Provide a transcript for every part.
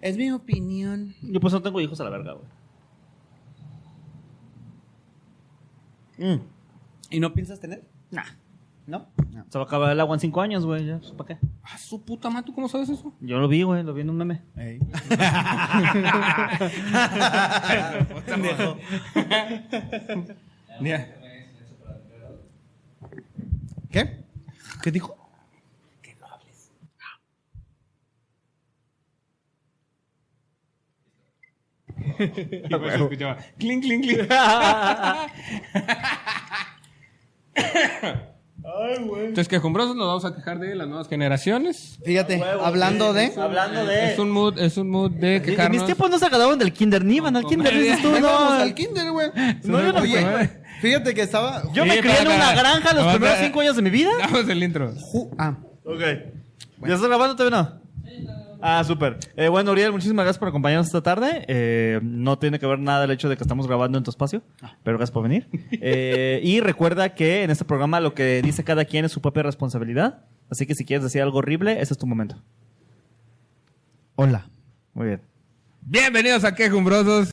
Es mi opinión. Yo pues no tengo hijos a la verga, güey. Mm. ¿Y no piensas tener? Nah. ¿No? No. Se va a acabar el agua en cinco años, güey. ya, pues, ¿Para qué? Ah, su puta madre, ¿tú cómo sabes eso? Yo lo vi, güey. Lo vi en un meme. Ey. Mira. ¿Qué? ¿Qué dijo? Y pues se escuchaba, clink, clink, clink. Entonces, quejumbrosos nos vamos a quejar de las nuevas generaciones. Fíjate, hablando de... Hablando de... Es un mood, es un mood Eh. de En mis quejarnos. tiempos no se acababan del kinder, ni iban al kinder, dices tú, Ahí vamos no. al kinder, güey. No, yo no Oye, fui. fíjate que estaba... Yo me Sí, crié en para una acá. granja los Para primeros acá. cinco años de mi vida. Damos el intro. Ju- ah, Ok. ¿Ya estás grabando todavía no? Ah, súper. Eh, bueno, Uriel, muchísimas gracias por acompañarnos esta tarde. Eh, no tiene que ver nada el hecho de que estamos grabando en tu espacio, pero gracias por venir. Eh, y recuerda que en este programa lo que dice cada quien es su propia responsabilidad. Así que si quieres decir algo horrible, ese es tu momento. hola. Muy bien. Bienvenidos a Quejumbrosos.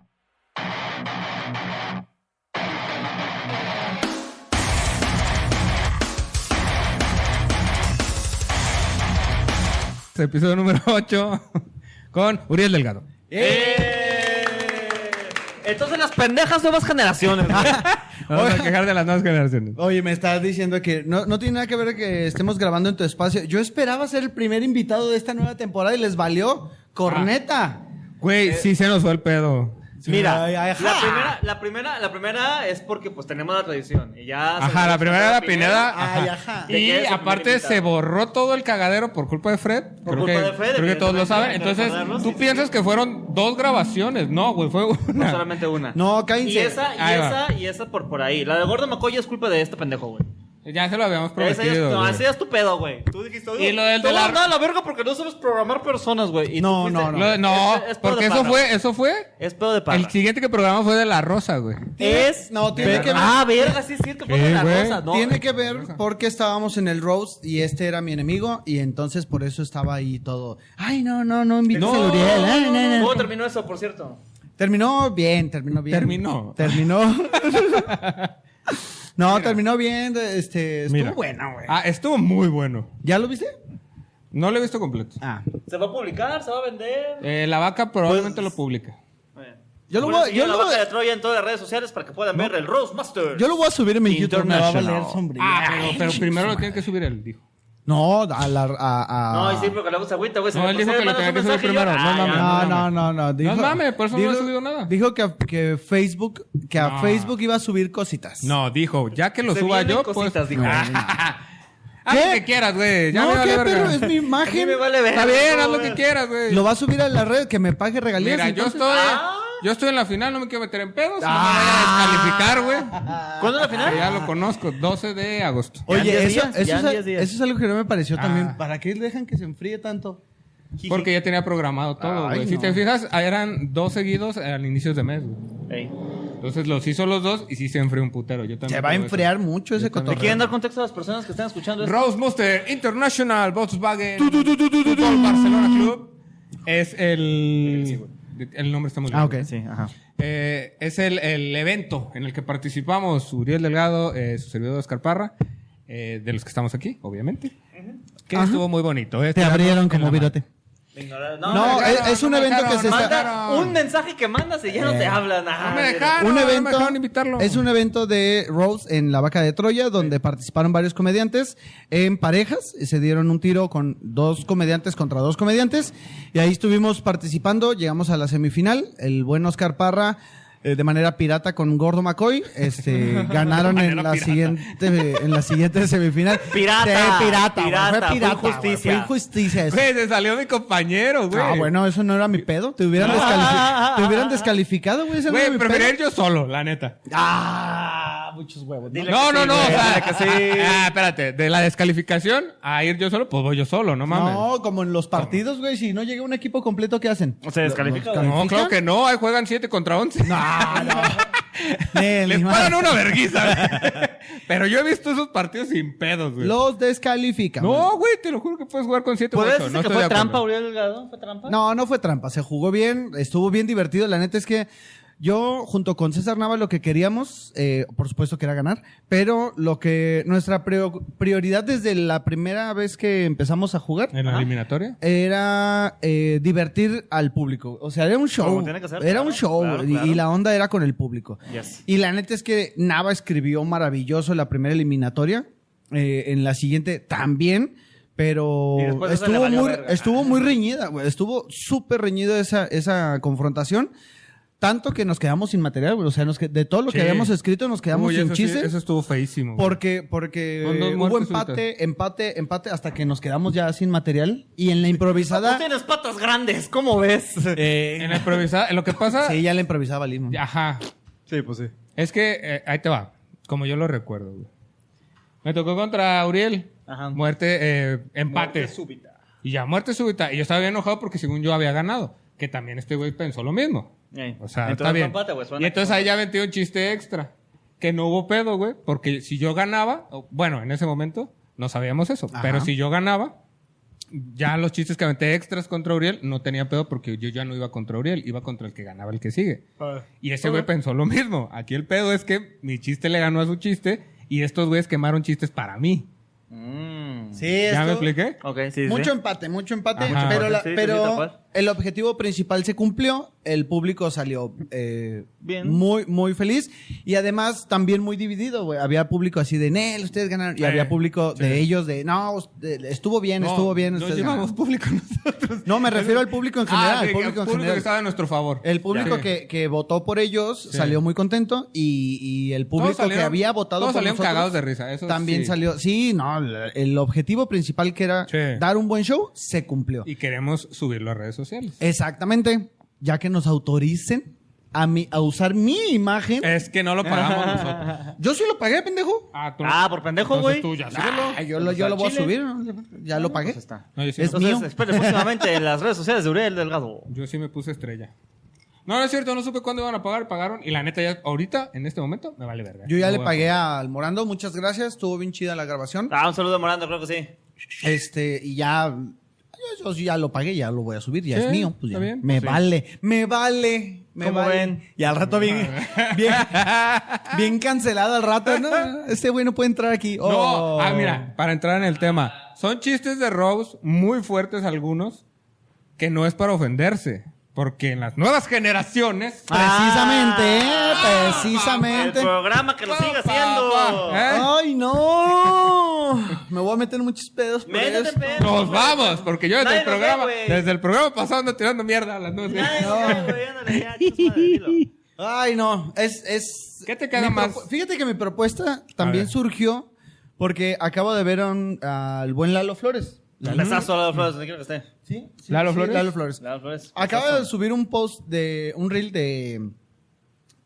Episodio número 8 con Uriel Delgado. Entonces las pendejas nuevas generaciones. Vamos a quejar de las nuevas generaciones. Oye, me estás diciendo que no, no tiene nada que ver que estemos grabando en tu espacio. Yo esperaba ser el primer invitado de esta nueva temporada y les valió corneta. Eh, Güey, sí se nos fue el pedo. Mira, Ay, la ajá. primera, la, primera, la primera es porque pues tenemos la tradición. Y ya Ah, se Ajá, la nos- primera ah, era Pineda. Ay, ajá. ajá. ¿De Y qué es el aparte primer se invitado? borró todo el cagadero por culpa de Fred. Por culpa creo que, de Fred, creo que todos lo saben. evidentemente, hay Entonces, que recordarlo, tú sí, piensas que fueron dos grabaciones. No, güey, fue No una. solamente una. No, cállense. Y esa, y Ahí va. esa, y esa por, por ahí. La de Gordo Macoy es culpa de este pendejo, güey. Ya se lo habíamos Esa ya es, prometido. no, güey. ese ya es tu pedo, güey. Tú dijiste, oye, Y lo del te de voy a la- mandar a la verga porque no sabes programar personas, güey. Y No, tú fuiste- no, Lo de- no, Es- es pedo de porque eso parra. fue, eso fue. Es pedo de parra. El siguiente que programamos fue de La Rosa, güey. Es... No, tiene Ve- que ver. Ah, verga, sí es cierto. Fue Sí, de la güey. rosa, no. Tiene que ver porque estábamos en el roast y este era mi enemigo y entonces por eso estaba ahí todo. Ay, no, no, no invites No, a Uriel. ay, no, no". ¿Cómo terminó eso, por cierto? Terminó bien, terminó bien. Terminó. Terminó. no, terminó bien. Este, estuvo Mira. buena, güey. Ah, estuvo muy bueno. ¿Ya lo viste? No lo he visto completo. Ah. ¿Se va a publicar? ¿Se va a vender? Eh, la vaca probablemente Pues, lo publica. Muy bien. Yo lo Bueno, voy- señor, yo lo la voy- vaca de Troya en todas las redes sociales para que puedan ver el Rose Master. Yo lo voy a subir en mi YouTube. Me va a International. valer sombrilla. Ah, pero, pero primero lo tiene que subir él, dijo. No, a la. A, a... No, y sí, porque le gusta agüita, güey. se No, me él dijo pasó, que lo mandas tenía un que subir mensaje y primero, no ah, mames. ya, No, no, no, no. Dijo, mames, por eso no he subido nada. Dijo que, que Facebook, que a No. Facebook iba a subir cositas. No, dijo, ya que lo Se suba vienen yo, cositas, pues. dijo. Haz lo que quieras, güey. Ya no, me vale ¿qué, verga. perro? Es mi A mí imagen. me vale ver. Está bien, haz lo que quieras, güey. Lo va a subir a la red, que me pague regalías. Mira, yo entonces. estoy, Ah. yo estoy en la final, no me quiero meter en pedos. Ah. No me vayan a descalificar, güey. ¿Cuándo la Que final? Ya lo conozco, 12 de agosto. Ya en Oye, diez eso, días, eso ya en es, diez días. eso es algo que no me pareció Ah. también. ¿Para qué dejan que se enfríe tanto? Porque ya tenía programado todo, Ay, güey. Si no. te fijas, eran dos seguidos al inicio de mes, güey. Ey. Entonces los hizo los dos y sí se enfrió un putero. Yo también. Se va a creo enfriar mucho ese ¿Le quieren cotorreo. dar contexto a las personas que están escuchando eso. esto? Rose Monster International Volkswagen Fútbol Barcelona Club es el. El nombre está muy Ah, largo. ok. Sí, ajá. Eh, es el, el evento en el que participamos Uriel Delgado, eh, su servidor Oscar Parra, eh, de los que estamos aquí, obviamente. Que Ajá. estuvo muy bonito. eh, Te tirarnos abrieron en como la mano. virote. Me ignoraron. No, No, no, es, es un no me evento que dejaron, se no me está... dejaron. manda un mensaje que mandas y ya no te hablan. No Ah, me mira. dejaron, un no me evento dejaron invitarlo. es un evento de Rose en la vaca de Troya donde participaron varios comediantes en parejas y se dieron un tiro con dos comediantes contra dos comediantes y ahí estuvimos participando llegamos a la semifinal el buen Oscar Parra eh, de manera pirata con Gordo McCoy, este, ganaron en la siguiente, en la siguiente semifinal. Pirata, Sí, pirata, güey, fue pirata, fue pirata, güey, injusticia. fue injusticia eso. Güey, se salió mi compañero, güey. Ah, bueno, eso no era mi pedo, te hubieran, descalifi- te hubieran descalificado, güey, ese no era Güey, mi pedo. prefería ir yo solo, la neta. Ah, muchos huevos. Dile No, que no, sí, no. güey, o sea, dile que sí. Ah, espérate. De la descalificación a ir yo solo, pues voy yo solo, no mames. No, No, como en los partidos, güey, si no llega un equipo completo, ¿qué hacen? O sea, descalifica. güey. ¿Califican? claro que no. Ahí juegan 7 contra 11. No, no. Ni- Les ni pagan madre. una verguiza. Pero yo he visto esos partidos sin pedos, güey. Los descalifican. No, güey, te lo juro que puedes jugar con 7 ¿Podrías o 8. decir No que estoy fue de acuerdo. trampa, Uriel Delgado? ¿Fue trampa? No, no fue trampa. Se jugó bien, estuvo bien divertido. La neta es que yo, junto con César Nava, lo que queríamos, eh, por supuesto que era ganar, pero lo que nuestra prio- prioridad desde la primera vez que empezamos a jugar ¿En ¿Ah? la eliminatoria? era eh, divertir al público. O sea, era un show. Como tiene que ser, era claro, un show claro, y- claro. y la onda era con el público. Yes. Y la neta es que Nava escribió maravilloso la primera eliminatoria. eh, en la siguiente también. Pero Y después esa le estuvo valió muy, verga. estuvo muy reñida, güey. Estuvo súper reñida esa, esa confrontación. Tanto que nos quedamos sin material, güey. O sea, nos que- de todo lo que Sí. habíamos escrito nos quedamos Uy, sin eso sí, chiste. eso estuvo feísimo. güey. Porque, porque Con dos hubo muertes empate, empate, empate, hasta que nos quedamos ya sin material. Y en la improvisada. Eh, Tú tienes patas grandes, ¿cómo ves? En la Ah. improvisada, en lo que pasa. Sí, ya en la improvisada valimos. Ajá. Sí, pues sí. Es que eh, ahí te va. Como yo lo recuerdo, güey. Me tocó contra Uriel. Ajá. Muerte, eh, empate. Y ya, muerte súbita. Y yo estaba bien enojado porque según yo había ganado. Que también este güey pensó lo mismo. Ey. O sea, Entonces está fue bien. empate, güey, suena y entonces ahí ya metí un chiste extra. Que no hubo pedo, güey. Porque si yo ganaba, o- bueno, en ese momento no sabíamos eso. Ajá. Pero si yo ganaba, ya los chistes que aventé extras contra Uriel no tenía pedo porque yo ya no iba contra Uriel, iba contra el que ganaba el que sigue. Y ese güey pensó lo mismo. Aquí el pedo es que mi chiste le ganó a su chiste y estos güeyes quemaron chistes para mí. Mm. Sí, ¿Ya me esto- expliqué? Ok, sí, sí. mucho empate, mucho empate, Ajá. pero, la- Sí, sí, pero sí, tal cual. el objetivo principal se cumplió, el público salió eh, Bien. muy muy feliz y además también muy dividido, güey. Había público así de, "Nel, ustedes ganaron" y Sí, había público sí. de ellos de, "No, us- de- estuvo bien, estuvo bien, No ustedes llevamos ganaron". público nosotros. No, me refiero al público en general, Ah, al sí, público en público que general. estaba a nuestro favor. El público Ya. que, que votó por ellos Sí. salió muy contento y, y el público Todos salieron- que había votado todos por salieron nosotros cagados de risa, eso también sí. salió. Sí, no, el, el objetivo principal que era Sí. dar un buen show se cumplió. Y queremos subirlo a redes sociales. Eh, Exactamente, ya que nos autoricen a, mi, a usar mi imagen. Es que no lo pagamos nosotros. Yo sí lo pagué, pendejo. Ah, tú no- Ah, por pendejo, Entonces güey. tú ya Ah, Ah, yo lo, yo Al lo voy a chile. subir, ¿no? ya lo pagué. Pues está. No, yo sí, Es- me- Entonces, mío. espere próximamente en las redes sociales de Uriel Delgado. yo sí me puse estrella. No, no es cierto, no supe cuándo iban a pagar, pagaron. Y la neta, ya ahorita, en este momento, me vale verga. Yo ya No le voy a- pagué al Morando, muchas gracias, estuvo bien chida la grabación. Ah, un saludo a Morando, creo que sí. Este, y ya. Yo, yo sí ya lo pagué, ya lo voy a subir, ya Sí, es mío. pues ya. está bien, me sí. vale, me vale, me ¿Cómo vale. ven? Y al rato bien, bien, bien cancelado al rato, ¿no? Este güey no puede entrar aquí. No, Oh. ah, mira, para entrar en el tema. Son chistes de Rose, muy fuertes algunos, que no es para ofenderse. Porque en las nuevas generaciones. Precisamente, Ah, eh, precisamente. El programa que lo sigue haciendo. ¿Eh? Ay, no. Me voy a meter en muchos pedos por Métete esto. en pedos. Nos vamos, porque yo desde Nadie el nos ve, programa, güey. desde el programa pasado ando tirando mierda a las nuevas Eh, Ya, generaciones. ya, güey, ándale, ya, chus madre, dilo. Ay, no, es... es ¿Qué te queda mi más? propu- Fíjate que mi propuesta también ver. surgió porque acabo de ver a un- al buen Lalo Flores. Un Besazo a Lalo Flores, donde quiero que esté. ¿Sí? sí, ¿Lalo sí, Flores? Lalo Flores. Lalo Flores. Acaba de subir un post de... un reel de...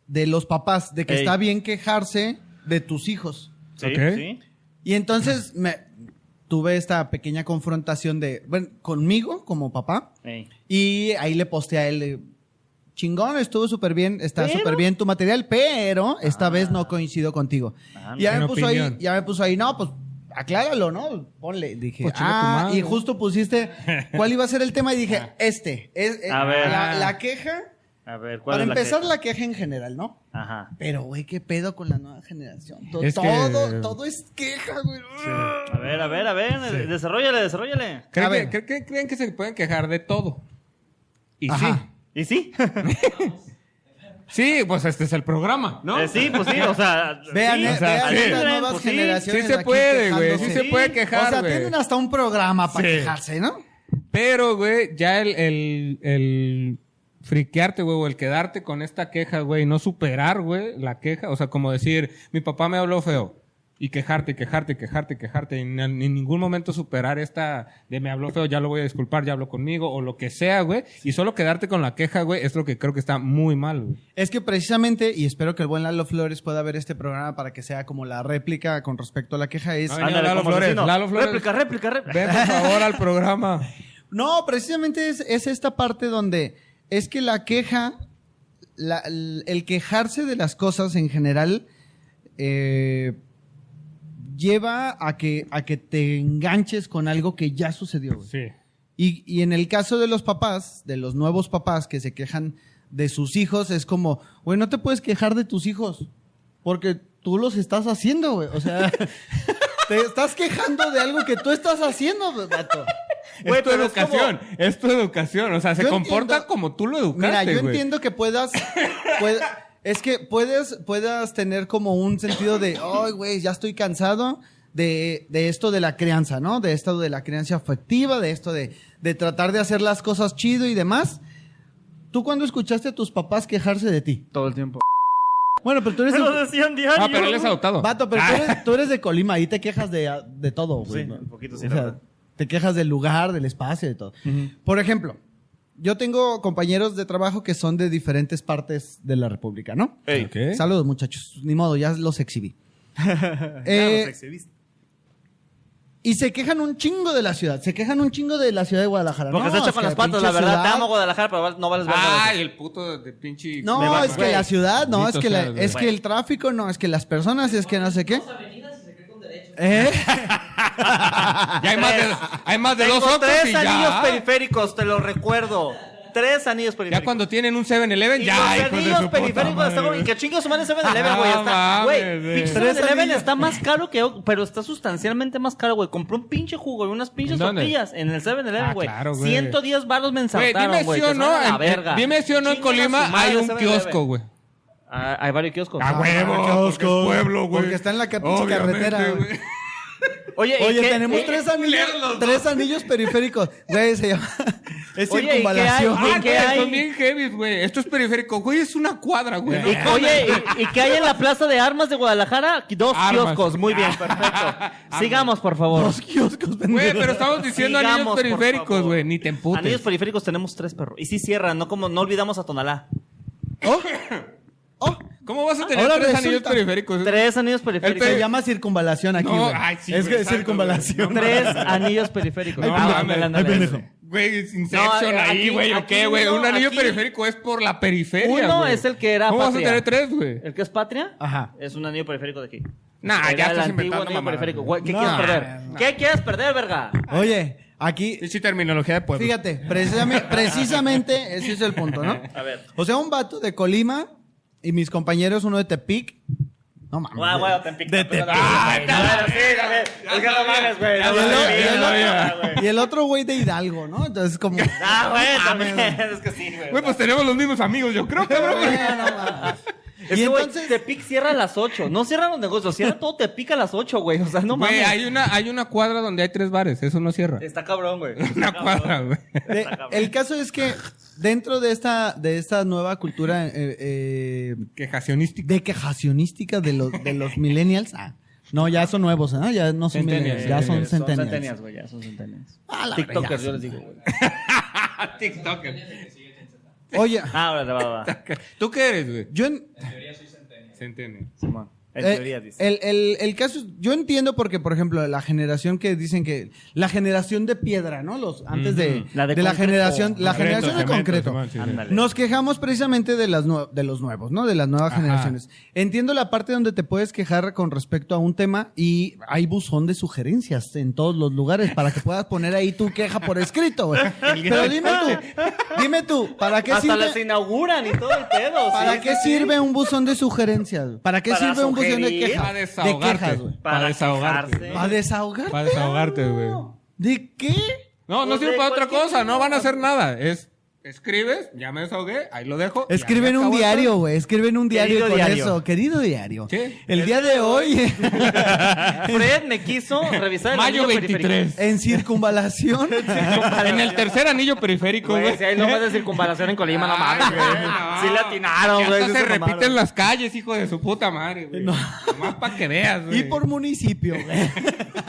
de los papás, de que Ey. está bien quejarse de tus hijos. Sí, Ok. sí. Y entonces me tuve esta pequeña confrontación de... bueno, conmigo como papá. Ey. Y ahí le posté a él, eh, chingón, estuvo súper bien, está ¿Pero? súper bien tu material, pero esta vez no coincido contigo. Ah, y ya En me, puso ahí, opinión. ya me puso ahí, no, pues acláralo, ¿no? Ponle, dije, Pues chinga tu ah, madre. y justo pusiste cuál iba a ser el tema y dije, este, es, es- A ver. La, la queja, A ver, ¿cuál para es la empezar que- la queja en general, ¿no? Ajá. Pero, güey, qué pedo con la nueva generación. To- Es que- todo, todo es queja, güey. A ver, a ver, a ver, desarrollale, desarrollale. A ¿Creen que, ver. creen que- creen que se pueden quejar de todo? Y Ajá. ¿Y sí? sí. Sí, pues este es el programa, ¿no? Eh, sí, pues sí, o sea. Vean, sí, eh, o sea, vean sí. estas nuevas pues sí. generaciones. Sí se aquí puede, güey. quejándose. Sí se puede quejar, O sea, güey. tienen hasta un programa para Sí. quejarse, ¿no? Pero, güey, ya el, el, el friquearte, güey, o el quedarte con esta queja, güey, no superar, güey, la queja. O sea, como decir, mi papá me habló feo. Y quejarte, y quejarte, y quejarte, y quejarte. Y en, en ningún momento superar esta de me habló feo, ya lo voy a disculpar, ya habló conmigo, o lo que sea, güey. Y solo quedarte con la queja, güey, es lo que creo que está muy mal, güey. Es que precisamente, y espero que el buen Lalo Flores pueda ver este programa para que sea como la réplica con respecto a la queja, es... A ver. Ándale, Lalo como Flores, asesino. Lalo Flores. Réplica, réplica, réplica. Ven, por favor, al programa. No, precisamente es, es esta parte donde es que la queja, la- el el quejarse de las cosas en general, eh, lleva a que, a que te enganches con algo que ya sucedió, güey. Sí. Y, y en el caso de los papás, de los nuevos papás que se quejan de sus hijos, es como, güey, no te puedes quejar de tus hijos, porque tú los estás haciendo, güey. O sea, te estás quejando de algo que tú estás haciendo, vato. es tu pero es educación, es, tu educación. O sea, se Yo comporta entiendo- como tú lo educaste, Mira, yo güey. entiendo que puedas, pued- es que puedes, puedas tener como un sentido de, ay, güey, ya estoy cansado de, de esto de la crianza, ¿no? De esto de la crianza afectiva, de esto de, de tratar de hacer las cosas chido y demás. ¿Tú cuándo escuchaste a tus papás quejarse de ti? Todo el tiempo. Bueno, pero tú eres... Me lo el- decían diario. Ah, pero él es adoptado. Vato, pero Ah, tú eres, tú eres de Colima, ahí te quejas de, de todo, güey. Sí, ¿no? un poquito, sí, O la sea, verdad. te quejas del lugar, del espacio y todo. Por ejemplo, yo tengo compañeros de trabajo que son de diferentes partes de la República, ¿no? Ey. ¿Qué? ¿Eh? Saludos, muchachos. Ni modo, ya los exhibí. Ya Eh, los exhibiste. y se quejan un chingo de la ciudad. Se quejan un chingo de la ciudad de Guadalajara. Porque No, se echa es con que las patas, pinche la verdad. Te ciudad- amo Guadalajara, pero no vales verga. Ay, Ah, el puto de pinche... me No, va- es que güey. la ciudad, no, es Bendito que, la- seas, güey. es que el tráfico, no, es que las personas, es que no sé qué. ¿Eh? Ya hay más de, hay más de Tengo dos Oxxos tres y ya. anillos periféricos, te lo recuerdo. Tres anillos periféricos. Ya cuando tienen un 7-Eleven, Y ya, los hijos de anillos su puta periféricos madre, están como- güey. Y que chingue su madre 7-Eleven, güey. Ah, Está, güey, mames, güey. pinche Tres 7-Eleven anillos. está más caro que... Pero está sustancialmente más caro, güey. Compré un pinche jugo y unas pinches ¿En dónde? tortillas en el 7-Eleven, Ah, güey. claro, güey. 110 baros me Güey, ensartaron, güey. dime si o te suena no, la en- verga. dime si o no Chingan a en su Colima madre, hay un 7-Eleven. kiosco, güey. Ah, hay varios kioscos. A huevo, porque kioscos. es pueblo, güey. Porque está en la ca- pinche Obviamente, carretera, güey. Oye, ¿y Oye, qué- tenemos eh, tres anillos, tres anillos periféricos. Güey, se llama. Es Oye, ¿y qué hay? circunvalación. ¿Y Ah, qué güey, hay? son bien heavy, güey. Esto es periférico, güey. Es una cuadra, güey. Y, No oye, mames. ¿y, y qué hay en la Plaza de Armas de Guadalajara? Dos Armas. kioscos. Muy bien, perfecto. Sigamos, por favor. Los kioscos, Güey, pendejo. pero estamos diciendo Sigamos, anillos por periféricos, favor. güey. Ni te emputes. Anillos periféricos tenemos tres, perros. Y sí cierran, no como no olvidamos a Tonalá. Oh, oh, ¿Cómo vas a tener Ahora tres anillos resulta- periféricos? Tres anillos se Pero- periféricos. llama circunvalación aquí, No, güey. ay, sí, es güey, que es exacto, circunvalación. güey. Tres anillos periféricos. Ah, Ay, No, pendejo. ándale, Ay, ándale. pendejo. Güey, es Inception No, eh, aquí- ahí, güey. ¿O aquí qué, güey? uno, Un anillo aquí- periférico es por la periferia, Uno güey. es el que era ¿Cómo patria. vas a tener tres, güey? El que es patria Ajá. es un anillo periférico de aquí. Nah, Era ya el estás antiguo inventando anillo mamadas, periférico. güey. Güey, ¿Qué No, quieres perder? no. ¿Qué quieres perder, verga? Oye, aquí, Sí, terminología de pueblo. fíjate, precisamente, precisamente ese es el punto, ¿no? A ver. O sea, un vato de Colima y mis compañeros, uno de Tepic. No mames. Guau, guau, te De empica. Tepic. Ah, Ay, claro, sí, a ver. Es que no mames, güey. Y no el mames, o- y el sí, no mames, otro- güey. Y el otro güey de Hidalgo, ¿no? Entonces, como. Ah, güey, también. Es que sí, güey. Güey, pues tenemos los mismos amigos, yo creo, cabrón. Bueno, no mames. Es Y que, güey, entonces- Tepic cierra a las 8. No cierran los negocios, cierra todo Tepic a las 8, güey. O sea, no Güey, mames. hay una, hay una cuadra donde hay tres bares, eso no cierra. Está cabrón, güey. Una cuadra, güey. De- Está cabrón. el caso es que dentro de esta, de esta nueva cultura eh, eh, Quejacionística. de quejacionística de los, de los millennials, ah, no, ya son nuevos, ¿no? Ya no son Centennials, millennials, ya son Eh, Son centennials. centenias, güey, ya son centenias. Ah, la TikTokers, verga, yo les digo, güey. Ah, TikToker. Oye, Ah, ahora va, va, va. ¿Tú qué eres, güey? yo en, Centennial. Simón. En eh, teoría, dice. el, el- el caso, es- yo entiendo porque, por ejemplo, la generación que dicen que, la generación de piedra, ¿no? Los, antes de, La de de la concreto. generación, la generación de concreto. Ándale. Nos quejamos precisamente de, las nue- de los nuevos, ¿no? De las nuevas Ajá. generaciones. Entiendo la parte donde te puedes quejar con respecto a un tema y hay buzón de sugerencias en todos los lugares para que puedas poner ahí tu queja por escrito, güey. Pero dime tú, dime tú, ¿para qué Hasta las sirve, inauguran y todo el pedo. ¿para sí, qué sí, sí. sirve un buzón de sugerencias? güey? ¿Para qué Para sirve un buzón de quejas? sugerir, Para De desahogarte. quejas, güey. Para para desahogarte. quejarse. güey. Para desahogarte. Para desahogarte, güey. ¿De qué? No, no Pues sirve de para otra cualquier cosa, no van a hacer nada. Es, escribes, ya me desahogué, ahí lo dejo. ya Escribe en me un acabó esto. diario, güey. Escribe en un diario Querido con diario. eso. Querido diario. Sí. El día de hoy. Fred me quiso revisar el Mayo anillo periférico. 23. En circunvalación. En el tercer anillo periférico, Güey, güey. si hay lomas de circunvalación en Colima, no mames, Ay, güey. no. Sí le atinaron, Ya güey. hasta sí se mamaron. repiten las calles, hijo de su puta madre, güey. Más para que veas, güey. y por municipio, güey.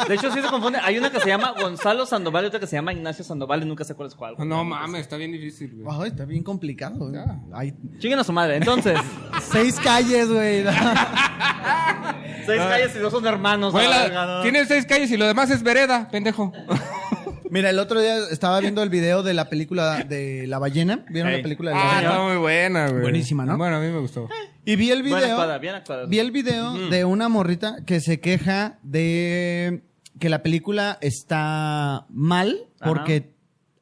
De hecho, sí se confunde. Hay una que se llama Gonzalo Sandoval y otra que se llama Ignacio Sandoval y nunca sé cuál es cuál. güey. No mames, está bien difícil, güey. Ay, está bien complicado, güey. Ya. Hay Chinguen a su madre. Entonces, seis calles, güey. seis calles y dos son hermanos. Ah. Güey, a la la- verga, ¿no? tiene seis calles y lo demás es vereda, pendejo. Mira, el otro día estaba viendo el video de la película de La Ballena. ¿Vieron Ey. la película de La Ah, Ballena? está muy buena, güey. Buenísima, ¿no? Bueno, a mí me gustó. Y vi el video. Bien actuada, bien actuada. Vi el video de una morrita que se queja de que la película está mal Ajá. porque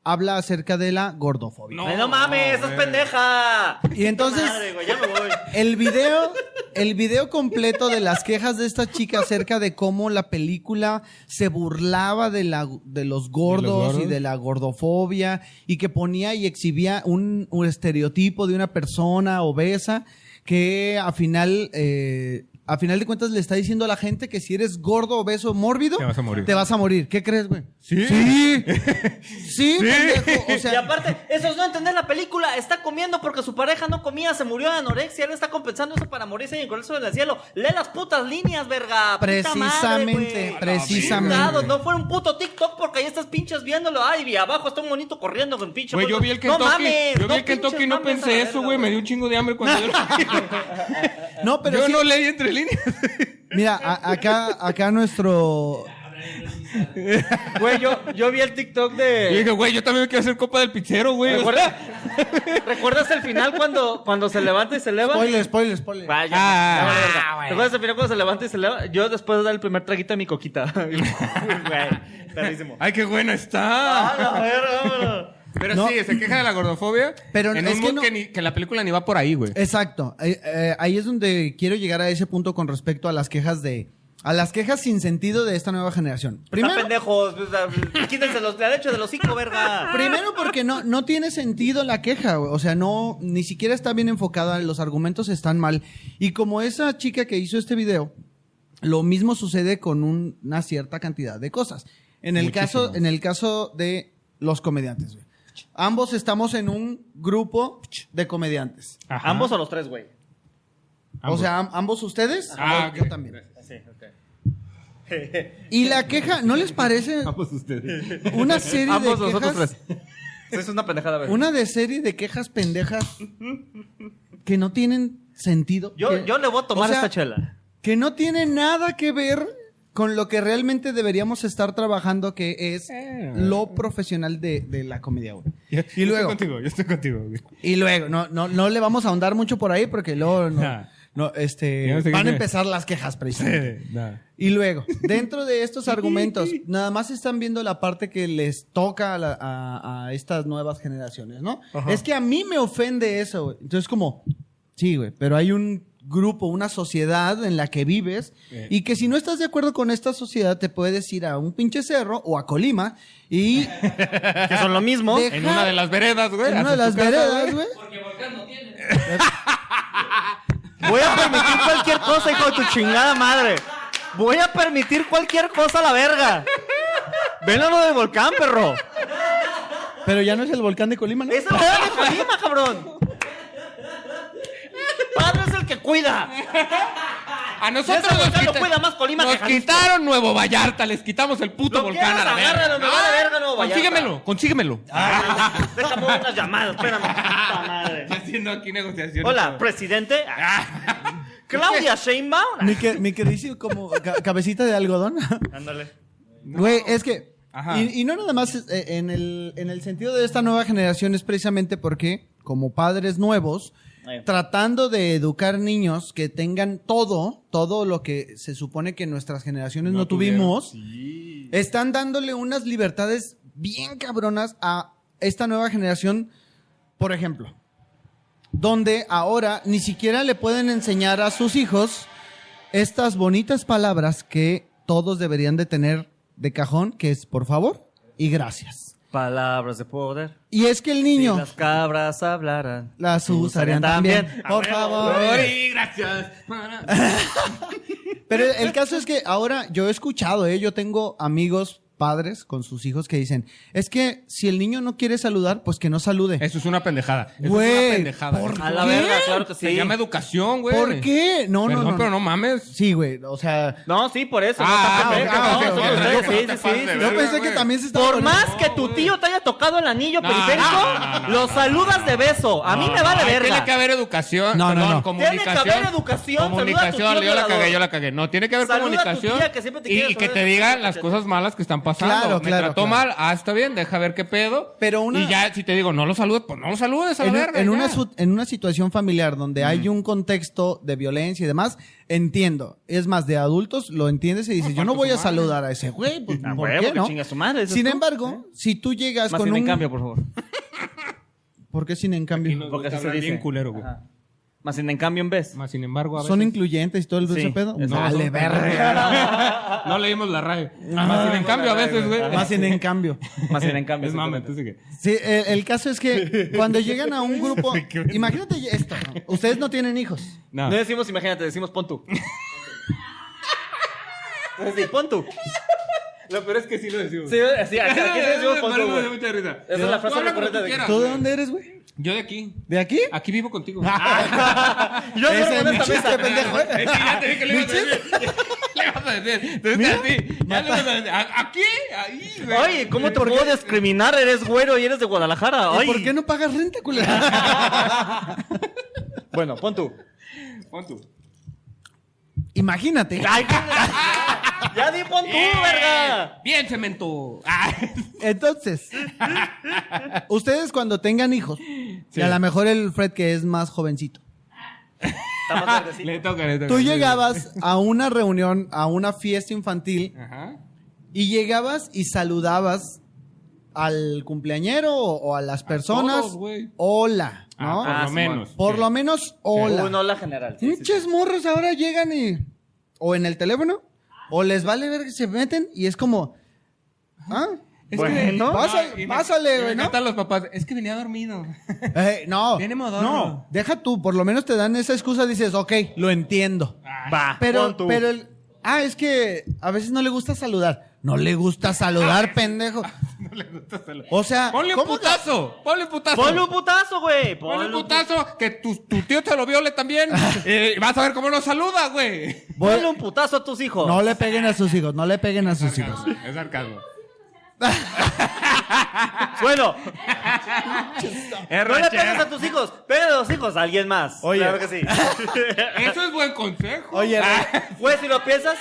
habla acerca de la gordofobia. Ay, no mames, estás pendeja. Y entonces- Madre, güey, ya me voy. El video, el video completo de las quejas de esta chica acerca de cómo la película se burlaba de, la, de los gordos gordos? y de la gordofobia y que ponía y exhibía un, un estereotipo de una persona obesa que a final, eh, a final de cuentas le está diciendo a la gente que si eres gordo, obeso, mórbido, Te vas a morir. te vas a morir. ¿Qué crees, güey? Sí. Sí. Sí, pendejo. O y sea, aparte, eso es no entender la película. Está comiendo porque su pareja no comía, se murió de anorexia. Él está compensando eso para morirse en el corazón del cielo. Lee las putas líneas, verga. Puta madre, güey. Precisamente, precisamente. Chingados, no fue un puto TikTok porque ahí estás pinches viéndolo. Ay, y abajo está un monito corriendo con pinche. Güey, yo vi el No Kentucky. mames, yo vi el pinches Kentucky y no mames a la pensé eso, verga, güey. Me dio un chingo de hambre cuando yo lo no, pero Yo sí- no leí entre líneas. Mira, a- acá, acá nuestro Güey, yo, yo vi el TikTok de. Yo dije, güey, yo también quiero hacer copa del pichero, güey. O sea, ¿Recuerdas, ¿Recuerdas el final cuando, cuando se levanta y se eleva? Spoiler, spoiler, spoiler. Vaya, Ah, ya vale verga. ah, güey. ¿Recuerdas el final cuando se levanta y se eleva? Yo después de dar el primer traguito a mi coquita. Güey, tardísimo. Ay, qué buena está. A ver, vámonos. Ah, Pero No. sí, se queja de la gordofobia. Pero en es un que mood no- que, ni- que la película ni va por ahí, güey. Exacto. Eh, eh, ahí es donde quiero llegar a ese punto con respecto a las quejas de. A las quejas sin sentido de esta nueva generación. Están Primero, pendejos. o sea, Quítense los derechos de los cinco, verga. primero porque no, no tiene sentido la queja, güey. o sea, no, ni siquiera está bien enfocada, los argumentos están mal. Y como esa chica que hizo este video, lo mismo sucede con un- una cierta cantidad de cosas. En el caso, en el caso de los comediantes, güey. Ambos estamos en un grupo de comediantes. Ajá. Ambos o los tres, güey. O sea, am- ambos ustedes, Ah, yo, yo ok. también. Sí, ok. Y la queja, ¿no les parece Ambos ustedes. una serie Ambos de nosotros quejas? Es una pendejada, verga. Una de serie de quejas pendejas que no tienen sentido. Yo, que, yo le voy a tomar o sea, esta chela. Que no tiene nada que ver con lo que realmente deberíamos estar trabajando, que es Eh. lo profesional de, de la comedia. güey. Yo, yo Y luego, estoy contigo, yo estoy contigo, güey. y luego, no, no, no le vamos a ahondar mucho por ahí porque luego no, Nah. no, este, Ya no sé qué van a sea. empezar las quejas precisamente. Sí, nada. Y luego, dentro de estos argumentos, nada más están viendo la parte que les toca a, la- a- a estas nuevas generaciones, ¿no? Es que a mí me ofende eso, güey. Entonces, como, sí, güey, pero hay un grupo, una sociedad en la que vives Eh. y que si no estás de acuerdo con esta sociedad, te puedes ir a un pinche cerro o a Colima y Que son lo mismo. Deja- En una de las veredas, güey. en una de hacia las tu casa, veredas, güey. Voy a permitir cualquier cosa, hijo de tu chingada madre. Voy a permitir cualquier cosa a la verga. Ven a lo del volcán, perro. Pero ya no es el volcán de Colima, ¿no? Esa volcán de Colima, cabrón. Padre es el que cuida. A Ese nosotros nos, volcán lo quita- cuida más Colima que nos Jalisco. quitaron Nuevo Vallarta, les quitamos el puto Lo volcán a la quieres, verga. agárralo, me vale Ah, verga Nuevo Vallarta. consíguemelo, consíguemelo. Déjame ver unas llamadas, espérame. Puta madre. Haciendo aquí negociaciones. Ah, Hola, presidente. Claudia Sheinbaum. Mi, que, mi queridísimo como ca- cabecita de algodón. Ándale. Güey, es que. Ajá. Y, y no nada más es- eh, en el, en el sentido de esta nueva generación es precisamente porque, como padres nuevos, Eh. tratando de educar niños que tengan todo, todo lo que se supone que nuestras generaciones no, No tuvieron, tuvimos, están dándole unas libertades bien cabronas a esta nueva generación, por ejemplo, donde ahora ni siquiera le pueden enseñar a sus hijos estas bonitas palabras que todos deberían de tener de cajón, que es por favor y gracias. Palabras de poder. Y es que el Si niño las cabras hablaran. las usarían también, por favor. Ay, gracias. Pero el caso es que ahora yo he escuchado, ¿eh? yo tengo amigos padres con sus hijos que dicen, es que si el niño no quiere saludar, pues que no salude. Eso es una pendejada. Eso es Güey, una pendejada. ¿por A la verga, claro que Se sí. llama educación, güey. ¿Por qué? No, Perdón, no, no. pero no mames. Sí, güey, o sea, No, sí, por eso. Ah, no, está perfecto. ah, ok, no, ok, son ok, ustedes, ok, sí, ok, sí, sí, ok, yo Verga, pensé que güey. también se estaba Por poniendo- más que tu tío te haya tocado el anillo No, periférico, no, no, no, no, lo no, saludas de beso. A mí me vale Ay, verga. Tiene que haber educación. No, no, perdón, no. Tiene que Comunicación. haber educación, saluda a tu Comunicación. tío Yo la violador. cagué, yo la cagué. No, tiene que haber Saluda a tu comunicación. tía que siempre te y, quiere y que saludar. te diga las cosas malas que están pasando. Claro, Me claro, trató claro. mal, ah, está bien, deja ver qué pedo. Pero una- Y ya, si te digo, no lo saludes, pues no lo saludes a la En, un- verga, en ya. una, su- en una situación familiar donde hay un contexto de violencia y demás, entiendo. Es más, de adultos lo entiendes y dices, yo no voy a saludar a ese güey. Pues, A ¿por huevo, qué que no? chinga su madre, eso Sin es todo, embargo, si tú llegas Más con bien un... en cambio, por favor. ¿Por qué sin en Y cambio? nos Porque gusta así se hablar dice. bien culero, güey. Ajá. Más bien en cambio en vez. Más sin embargo, a veces... ¿Son incluyentes y todo el dulce Sí, pedo? es- Dale, son- verga. Ah, No leímos la RAE. Ah, Más sin en cambio, a veces, güey. Más sin en cambio. Más bien en cambio. Es mame, tú sigue. Sí, el, el caso es que cuando llegan a un grupo... Imagínate esto. ¿no? Ustedes no tienen hijos. No. No decimos, imagínate, decimos pon tú. Entonces, sí, pon tú. Lo peor es que sí lo decimos. Sí, así, aquí, aquí decimos pon tú, Pero me güey. dio mucha risa. Esa es la Tú frase habla más como correcta tú de- quieras, ¿Tú de güey. Ah, dónde eres, güey? Yo de aquí. ¿De aquí? Aquí vivo contigo. Yo Ese duermo en es mi esta chiste, mesa. pendejo, ¿eh? Es que ya te dije que le ibas a decir. Le ibas a decir. Entonces, así. Ya le ibas a decir. ¿A, a qué? Ahí, güey. Ay, ¿cómo te puedo discriminar? Eres güero y eres de Guadalajara. ¿Y Ay. ¿Por qué no pagas renta, culera? Bueno, pon tú. Pon tú. Imagínate. Ay, Eh, qué- ya di pon tú, verga. Bien, cemento. Ah. Entonces, ustedes cuando tengan hijos, y a lo mejor el Fred que es más jovencito, Está más verdecito. Le toca, le toca. tú llegabas a una reunión, a una fiesta infantil, Ajá. y llegabas y saludabas al cumpleañero o, o a las personas. todos, güey. hola, Ah, ¿no? por Ah, lo sí, menos. Por Sí. lo menos, hola. Un hola general. sí, sí, sí. Muchos morros ahora llegan y. O en el teléfono, o les vale ver que se meten, y es como. ¿Ah? Es Bueno. Pásale, y me- pásale, y güey, me ¿no? encantan los papás. Es que venía dormido. Eh, no. Viene modorro. no, deja tú, por lo menos te dan esa excusa, dices, ok, lo entiendo. Ah, Va, Pero, pon tú. pero el. Ah, es que a veces no le gusta saludar. No le gusta saludar, pendejo. Ah. No le gusta hacerlo. O sea, Ponle un ¿cómo te- putazo. Ponle un putazo. Ponle un putazo, güey. Ponle un Ponle un putazo. Que tu, tu tío te lo viole también. Eh, vas a ver cómo nos saluda, güey. Voy- Ponle un putazo a tus hijos. No le peguen a sus hijos, no le peguen a sus hijos. Es sarcasmo. Bueno, Es no le ranchero. pegues a tus hijos. Pégale a los hijos a alguien más. Oye. Claro que sí. Eso es buen consejo. Oye, Ah, Güey, si lo piensas,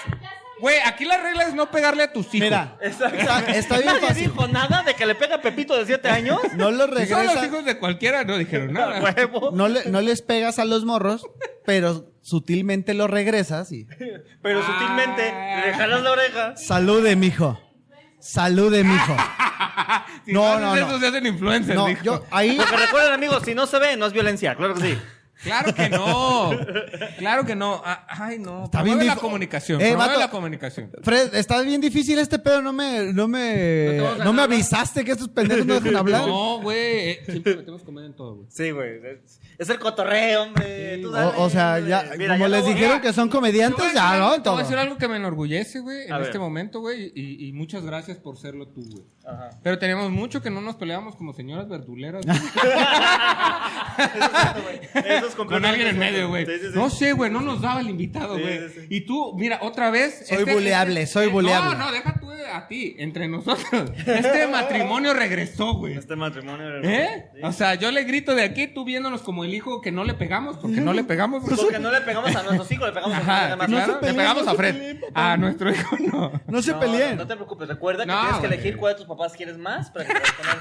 güey, aquí la regla es no pegarle a tus hijos. Mira, está, Eh, está bien nadie fácil. dijo nada de que le pega a Pepito de 7 años. No lo Si son los regresa, hijos de cualquiera, no dijeron A nada. huevo. no, le- no les pegas a los morros, pero sutilmente lo regresas y. Pero sutilmente le jalas la oreja. Salude, mijo. Salude, mijo. Si No, no, no, no, no. se hacen influencers, No, dijo. yo ahí. Porque recuerden, amigos, si no se ve, no es violencia. Claro que sí. Claro que no. Claro que no. Ah, Ay, no. Está Está bien la dif- comunicación. Eh, promueve vato. la comunicación. Fred, está bien difícil este pedo, no me, no me, te no vamos a me dejar avisaste que estos pendejos no dejan hablar. No, güey. eh, Siempre metemos comedia en todo, güey. Sí, güey. Es- Es el cotorreo, hombre. Tú dale, O, o sea, hombre. ya, Mira, como ya les no voy- dijeron mira, que son Te voy comediantes, ya, a decir algo- ¿no? Te voy Todo. a decir algo que me enorgullece, güey, en A ver. este momento, güey. Y, y muchas gracias por serlo tú, güey. Ajá. Pero tenemos mucho que no nos peleábamos como señoras verduleras. güey. Eso es Con alguien en medio, güey. Sí, sí, sí. No sé, güey, no nos daba el invitado, Sí, güey. sí, sí. Y tú, mira, otra vez. este, Soy buleable, soy buleable. No, no, deja tú a ti, entre nosotros. Este matrimonio regresó, güey. Este matrimonio. ¿Eh? O sea, yo le grito de aquí, tú viéndonos como el hijo que no le pegamos, porque no le pegamos. Pues Porque no le pegamos a nuestros hijos, le pegamos a Ajá, nada más. claro, se peleen, le pegamos no se a Fred. peleen, papá. a nuestro hijo no. No se No, peleen. No, no te preocupes, recuerda que No, tienes que güey. elegir cuál de tus papás quieres más para que puedas tener-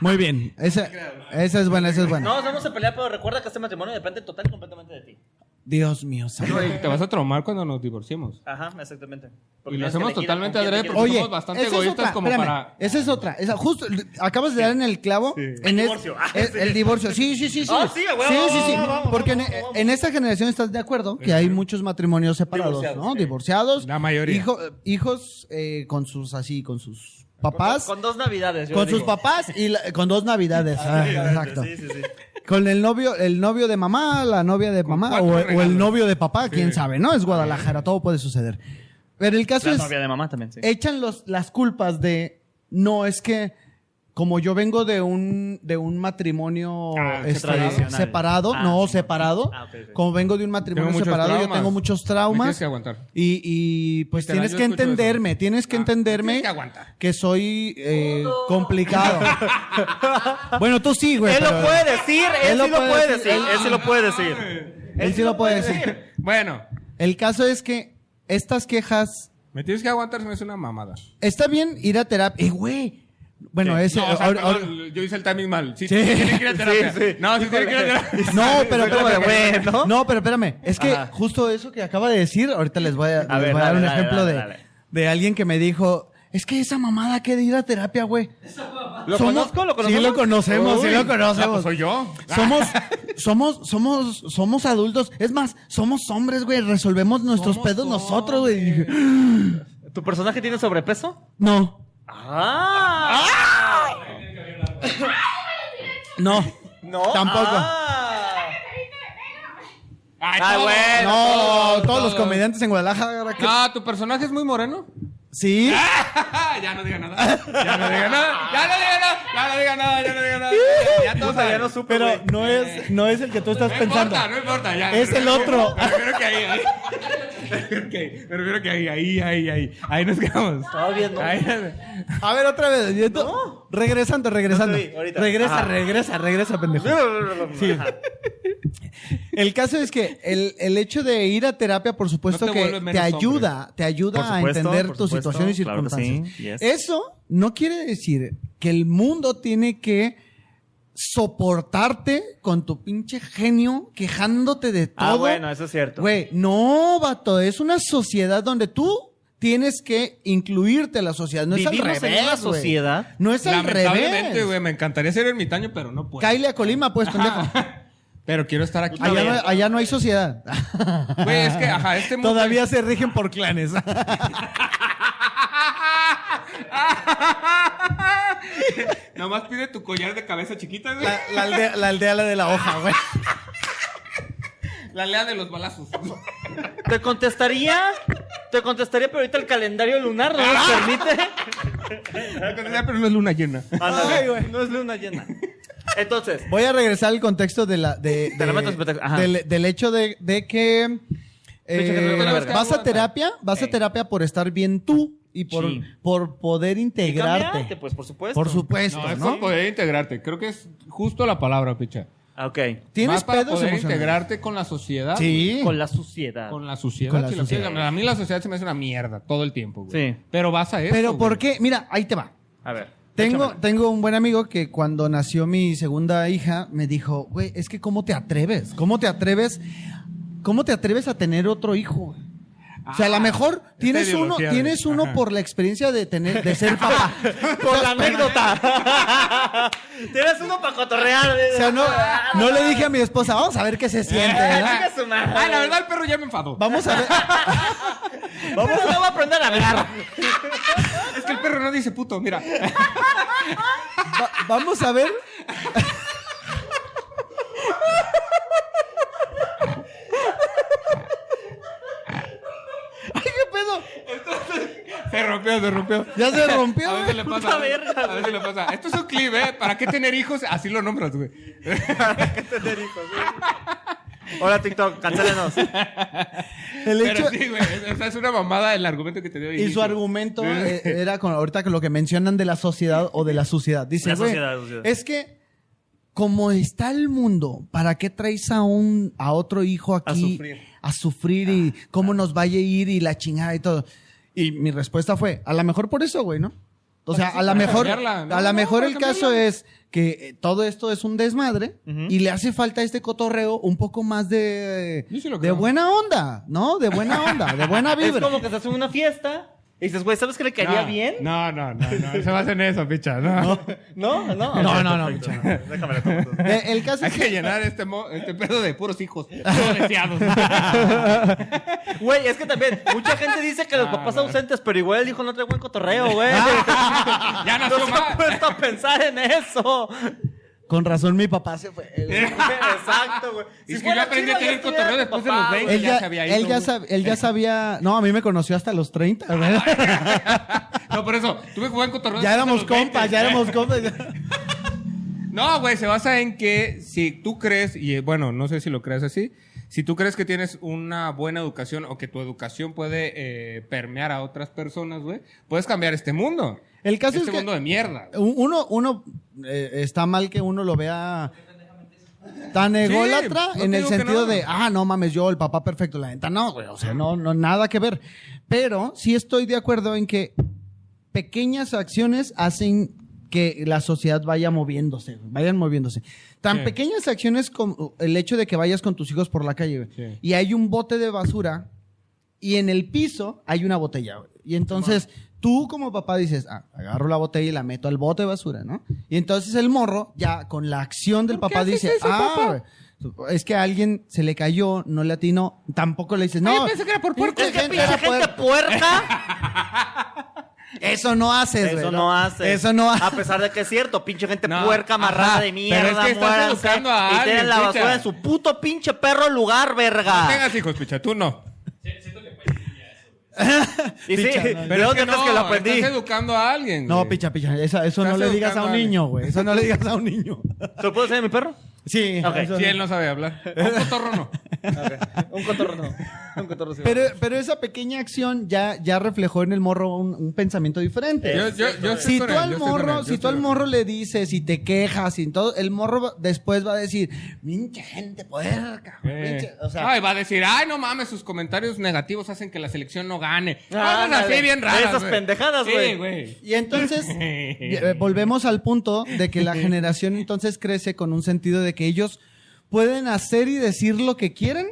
Muy bien, esa, esa es buena, esa es buena. No, nos vamos a pelear, pero recuerda que este matrimonio depende total y completamente de ti. Dios mío, santo. Te vas a traumar cuando nos divorciemos. Ajá, exactamente. Y lo tienes que hacemos elegir totalmente a con adrede quién te porque- quieres- Oye, somos bastante esa es egoístas otra, como espérame, para- esa es otra, esa, justo acabas de dar en el clavo en El es- divorcio. Ah, es- sí. el divorcio, sí, sí, sí, sí, Ah, sí, a huevo, sí, vamos, sí, sí. vamos, vamos, porque en, vamos, vamos. en esta generación estás de acuerdo que hay muchos matrimonios separados, Divorciados, ¿no? sí. Divorciados, La mayoría. hijo- hijos eh, con sus así, con sus Con- papás, Con dos navidades. yo con digo. sus papás y la- con dos navidades, Ah, exacto. Sí, sí, sí. Con el novio, el novio de mamá, la novia de mamá cuatro o, o regalos. el novio de papá, quién sabe, ¿no? Es Guadalajara, todo puede suceder. Pero el caso La es novia de mamá también, sí. echan los, las culpas de no es que como yo vengo de un de un matrimonio Ah, este, tradicional. separado, Ah, no sí. separado, Ah, ok, ok. como vengo de un matrimonio Tengo muchos separado, yo traumas. tengo muchos Me traumas tienes que aguantar. y, y, pues Literal, tienes yo que escucho eso. entenderme, tienes que Ah, entenderme tienes que aguantar. que soy eh, complicado. bueno, tú sí, güey. Él pero- lo puede decir, él, lo sí lo puede puede decir, decir. él- Él sí lo puede decir. Él sí lo puede decir. Bueno, El caso es que estas quejas Me tienes que aguantar si me es una mamada. Está bien ir a terapia. Eh, güey. Bueno, Sí. ese. No, o sea, ahora- perdón, ahora- yo hice el timing mal. Sí, Sí. tiene que ir a terapia. Sí, sí. No, sí tiene que ir a terapia. No, pero Fue como espérame. de, güey, ¿no? ¿no? pero espérame. Es que Ajá. justo eso que acaba de decir, ahorita les voy a, A les ver, voy a dar dale, un dale, ejemplo dale, de, dale. de alguien que me dijo. Es que esa mamada que de ir a terapia, güey. ¿Lo Somos- conozco? ¿Lo Sí, conocemos? lo conocemos, sí Uy, lo ah, conocemos. pues soy yo. Somos, somos, somos, somos adultos. Es más, somos hombres, güey. Resolvemos nuestros Somos pedos nosotros, güey. Y dije, ¿Tu personaje tiene sobrepeso? No, ¡Ah! no. No. Tampoco. Ah. Ay, Ay, todo. bueno. Ah. No, Ah, todos los todos. comediantes en Guadalajara. ¿qué? No, tu personaje es muy moreno. Sí. ya no diga nada. Ya no diga nada. Ya no diga nada. Ya no diga nada. Ya no diga nada. Ya todos Puta, ya saben. no supe, Pero güey. no es, no es el que tú estás No pensando. importa, no importa. Ya, Es el otro. Me refiero que ahí, ahí. Me refiero que ahí, me refiero que ahí, ahí, ahí, ahí. Ahí nos quedamos. Todavía no. Ahí- A ver, otra vez. y esto- No. Regresando, regresando. No te vi, ahorita. regresa, Ajá. regresa, regresa, pendejo. Ajá. El caso es que el, el hecho de ir a terapia, por supuesto, No te que vuelves te menos ayuda, te ayuda Por a supuesto, entender por tu supuesto, situación y claro que circunstancias. sí, yes. Eso no quiere decir que el mundo tiene que soportarte con tu pinche genio quejándote de todo. Ah, bueno, eso es cierto. Güey, no, vato, es una sociedad donde tú tienes que incluirte a la sociedad. No Vivimos es al en revés. una güey. sociedad. No es al Lamentablemente, revés. güey, me encantaría ser ermitaño, pero no puedo. Caile a Colima, pues, pendejo. Pero quiero estar aquí. Allá no, vez. allá no hay sociedad. Güey, es que, ajá, este mundo. Todavía se rigen por clanes. Nomás pide tu collar de cabeza chiquita, güey. La, la aldea, la aldea la de la hoja, güey. La lea de los balazos. Te contestaría, te contestaría, pero ahorita el calendario lunar no nos Ah. permite. Pero no es luna llena. Ándale. Ay, güey. No es luna llena. Entonces, Voy a regresar al contexto de la, de, Te la meto en su contexto, ajá. del, del hecho de, de que eh, hecho, que te la verga. vas a terapia, vas a terapia por estar bien tú y por, Sí. por poder y cambiarte, integrarte. pues por supuesto. Por supuesto, No, es ¿no? por poder integrarte. Creo que es justo la palabra, picha. Ah, Ok. Tienes Más para pedos poder emocionales. integrarte con la sociedad. Sí. Con la suciedad. Con la sociedad. Con la si lo sociedad. quieres llamar. A mí la sociedad se me hace una mierda todo el tiempo, güey. Sí. Pero vas a eso. Pero güey. ¿por qué? Mira, ahí te va. A ver. Tengo, échamela. tengo un buen amigo que cuando nació mi segunda hija me dijo, güey, es que ¿cómo te atreves? ¿Cómo te atreves? ¿Cómo te atreves a tener otro hijo? güey? o sea, a lo Ah, mejor esta tienes uno, ideología de- tienes uno ajá. por la experiencia de tener, de ser papá. Por la anécdota. Tienes uno para cotorrear. eh. O sea, no, no le dije a mi esposa, vamos a ver qué se siente, ¿verdad? Chinga su madre. Ah, la verdad, el perro ya me enfadó. Vamos a ver. Vamos a... voy a aprender a hablar. Es que el perro no dice puto, mira. Va- vamos a ver. Ay, qué pedo. Se rompió, se rompió. Ya se rompió. A veces güey. le puta pasa. verga, A veces le pasa. Esto es un clip, ¿eh? ¿Para qué tener hijos? Así lo nombras, güey. Hola, TikTok, cancélenos. El hecho, Pero sí, güey. es- O sea, es una mamada el argumento que te dio. Y su argumento eh, era con ahorita con lo que mencionan de la sociedad o de la suciedad. Dice, La güey, sociedad, la sociedad. es que como está el mundo, ¿para qué traes a un a otro hijo aquí sufrir. Ah, a sufrir y cómo nos vaya a ir y la chingada y todo? Y mi respuesta fue, a lo mejor por eso, güey, ¿no? O sea, a lo para mejor, cambiarla. No, a lo no, mejor para el caso cambiarla. es que eh, todo esto es un desmadre y le hace falta a este cotorreo un poco más de, Yo sí lo de creo. buena onda, ¿no? De buena onda, de buena Es vibra. como que estás en una fiesta y dices, güey, ¿sabes que le caería No, bien? No, no, no, no. Se basa en eso, picha. No. No, no. No, no, no, Perfecto. mucho Déjame la tomo. Eh, el caso Hay es que que llenar este, mo- este pedo de puros hijos. No deseados. Güey, es que también mucha gente dice que los Ah, papás no. ausentes, pero igual el hijo no trae buen cotorreo, güey. Ah. ya no nació se más. ha puesto a pensar en eso. con razón mi papá se fue. Él, Exacto, güey. Si Es que yo fuera aprendí chido, a ya tener estuviera cotorreo tu después de papá, los güey. 20. ya ya, se había él ido, ya güey. sab- él ya sabía, no, a mí me conoció hasta los 30, ¿verdad? No, por eso. Tuve que jugar en cotorreo. ya después de éramos los 20. compas, ya éramos compas. No, güey, se basa en que si tú crees, y eh, bueno, no sé si lo crees así, si tú crees que tienes una buena educación o que tu educación puede eh, permear a otras personas, güey, puedes cambiar este mundo. El caso Este es que mundo de mierda. güey. u- uno, uno eh, está mal que uno lo vea Tan ególatra no te en el digo que sentido no. de, ah, no mames, yo, el papá perfecto, la neta, no, güey, o sea, no, no, nada que ver. Pero sí estoy de acuerdo en que pequeñas acciones hacen que la sociedad vaya moviéndose, vayan moviéndose. Tan Sí. pequeñas acciones como el hecho de que vayas con tus hijos por la calle, güey, Sí. y hay un bote de basura y en el piso hay una botella, güey. Y entonces tú como papá dices, ah, agarro la botella y la meto al bote de basura, ¿no? Y entonces el morro ya con la acción del ¿Por qué papá haces dice, eso, ah, güey, es que a alguien se le cayó, no le atinó, tampoco le dices, Ah, no. yo pensé que era por pinche puerco. Es que gente pinche era gente puer- puerca. Eso no haces, güey. Eso no Ah, pues, hace. Eso no A haces. pesar de que es cierto, pinche gente No, puerca, ajá, amarrada de pero mierda, es que estás muérase, educando a Y alguien, tienen la basura picha. en su puto pinche perro lugar, verga. No tengas hijos, picha, tú no. y sí, Picha, no, ¿de Pero es dónde que crees no, que lo aprendí? estás educando a alguien. No, güey. picha, picha. esa- eso no Estás le digas a educando un a alguien. niño, güey. Eso no le digas a un niño. ¿Se lo puedo decir a mi perro? Sí. Ok. eso Si no. él no sabe hablar. A Un cotorro no. Un cotorro no. Un cotorro sí. Pero, pero esa pequeña acción ya, ya reflejó en el morro un, un pensamiento diferente. Yo, yo, yo estoy si con tú él, yo al estoy con él, morro, yo si tú estoy al con él. morro le dices y te quejas y todo, el morro va- después va a decir, pinche gente puerca, Eh. pinche", o sea, ay, va a decir, ay, no mames, sus comentarios negativos hacen que la selección no gane. Ah, Cosas así ándale. bien raras. Esas güey. pendejadas, güey. Sí, güey. y entonces eh, volvemos al punto de que la generación entonces crece con un sentido de que ellos pueden hacer y decir lo que quieren,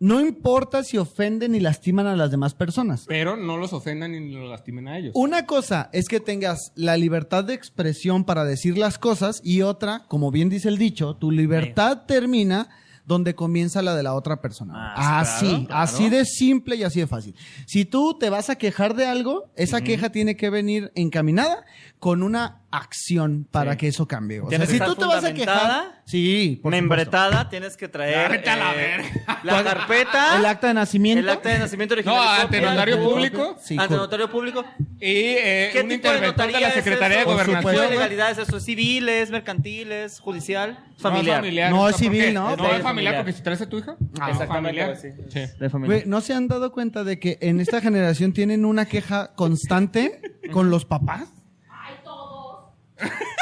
no importa si ofenden y lastiman a las demás personas. Pero no los ofendan ni los lastimen a ellos. Una cosa es que tengas la libertad de expresión para decir las cosas y otra, como bien dice el dicho, tu libertad termina donde comienza la de la otra persona. Ah, así, claro, claro. así de simple y así de fácil. Si tú te vas a quejar de algo, esa queja tiene que venir encaminada con una acción para que eso cambie. O sea, Tiene que si estar tú te vas a fundamentada, quejar, sí, por supuesto. Membretada, tienes que traer. Vete a la eh, verga. la carpeta. el acta de nacimiento, El acta de nacimiento original. No, copia, ante notario copia, público. Sí, ante cor- notario público. Y eh, ¿Qué tipo un de interventor notaría de la es Secretaría de eso? Por ¿Qué tipo Gobernación. de supuesto. güey. legalidad es eso? ¿Civiles, mercantiles, judicial, No, es familiar? No, o es sea, civil, porque- ¿no? No, Sí, es es familiar familiar. porque si traes a tu hija. Ah, es exactamente, familiar. güey, sí. Sí. De familia. Güey, ¿no se han dado cuenta de que en esta generación tienen una queja constante con los papás?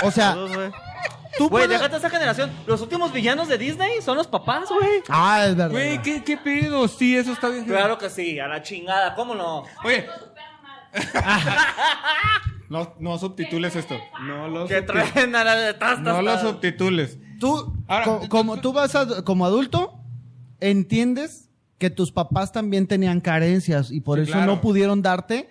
O sea, Todos, güey. tú Güey, puedes- déjate esa generación. Los últimos villanos de Disney son los papás, güey. Ah, es verdad. Güey, ¿qué, ¿qué pedo? Sí, eso está bien. Claro que sí, a la chingada, ¿cómo no? Oye. no, no subtitules esto. No lo Que subtitules. traen a la de tastas. No lo tas. subtitules. Tú, Ahora, co- tú- como tú vas a- como adulto, entiendes que tus papás también tenían carencias y por Sí, eso claro. no pudieron darte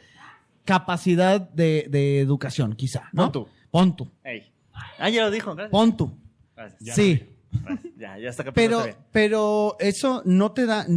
capacidad de, de educación, quizá. ¿no? Pon tú. Pon tú. Ey. Ah, ya lo dijo, gracias. Pon tú. Gracias. sí. Gracias. Ya, ya está que Pero, está bien. pero eso no te da mm,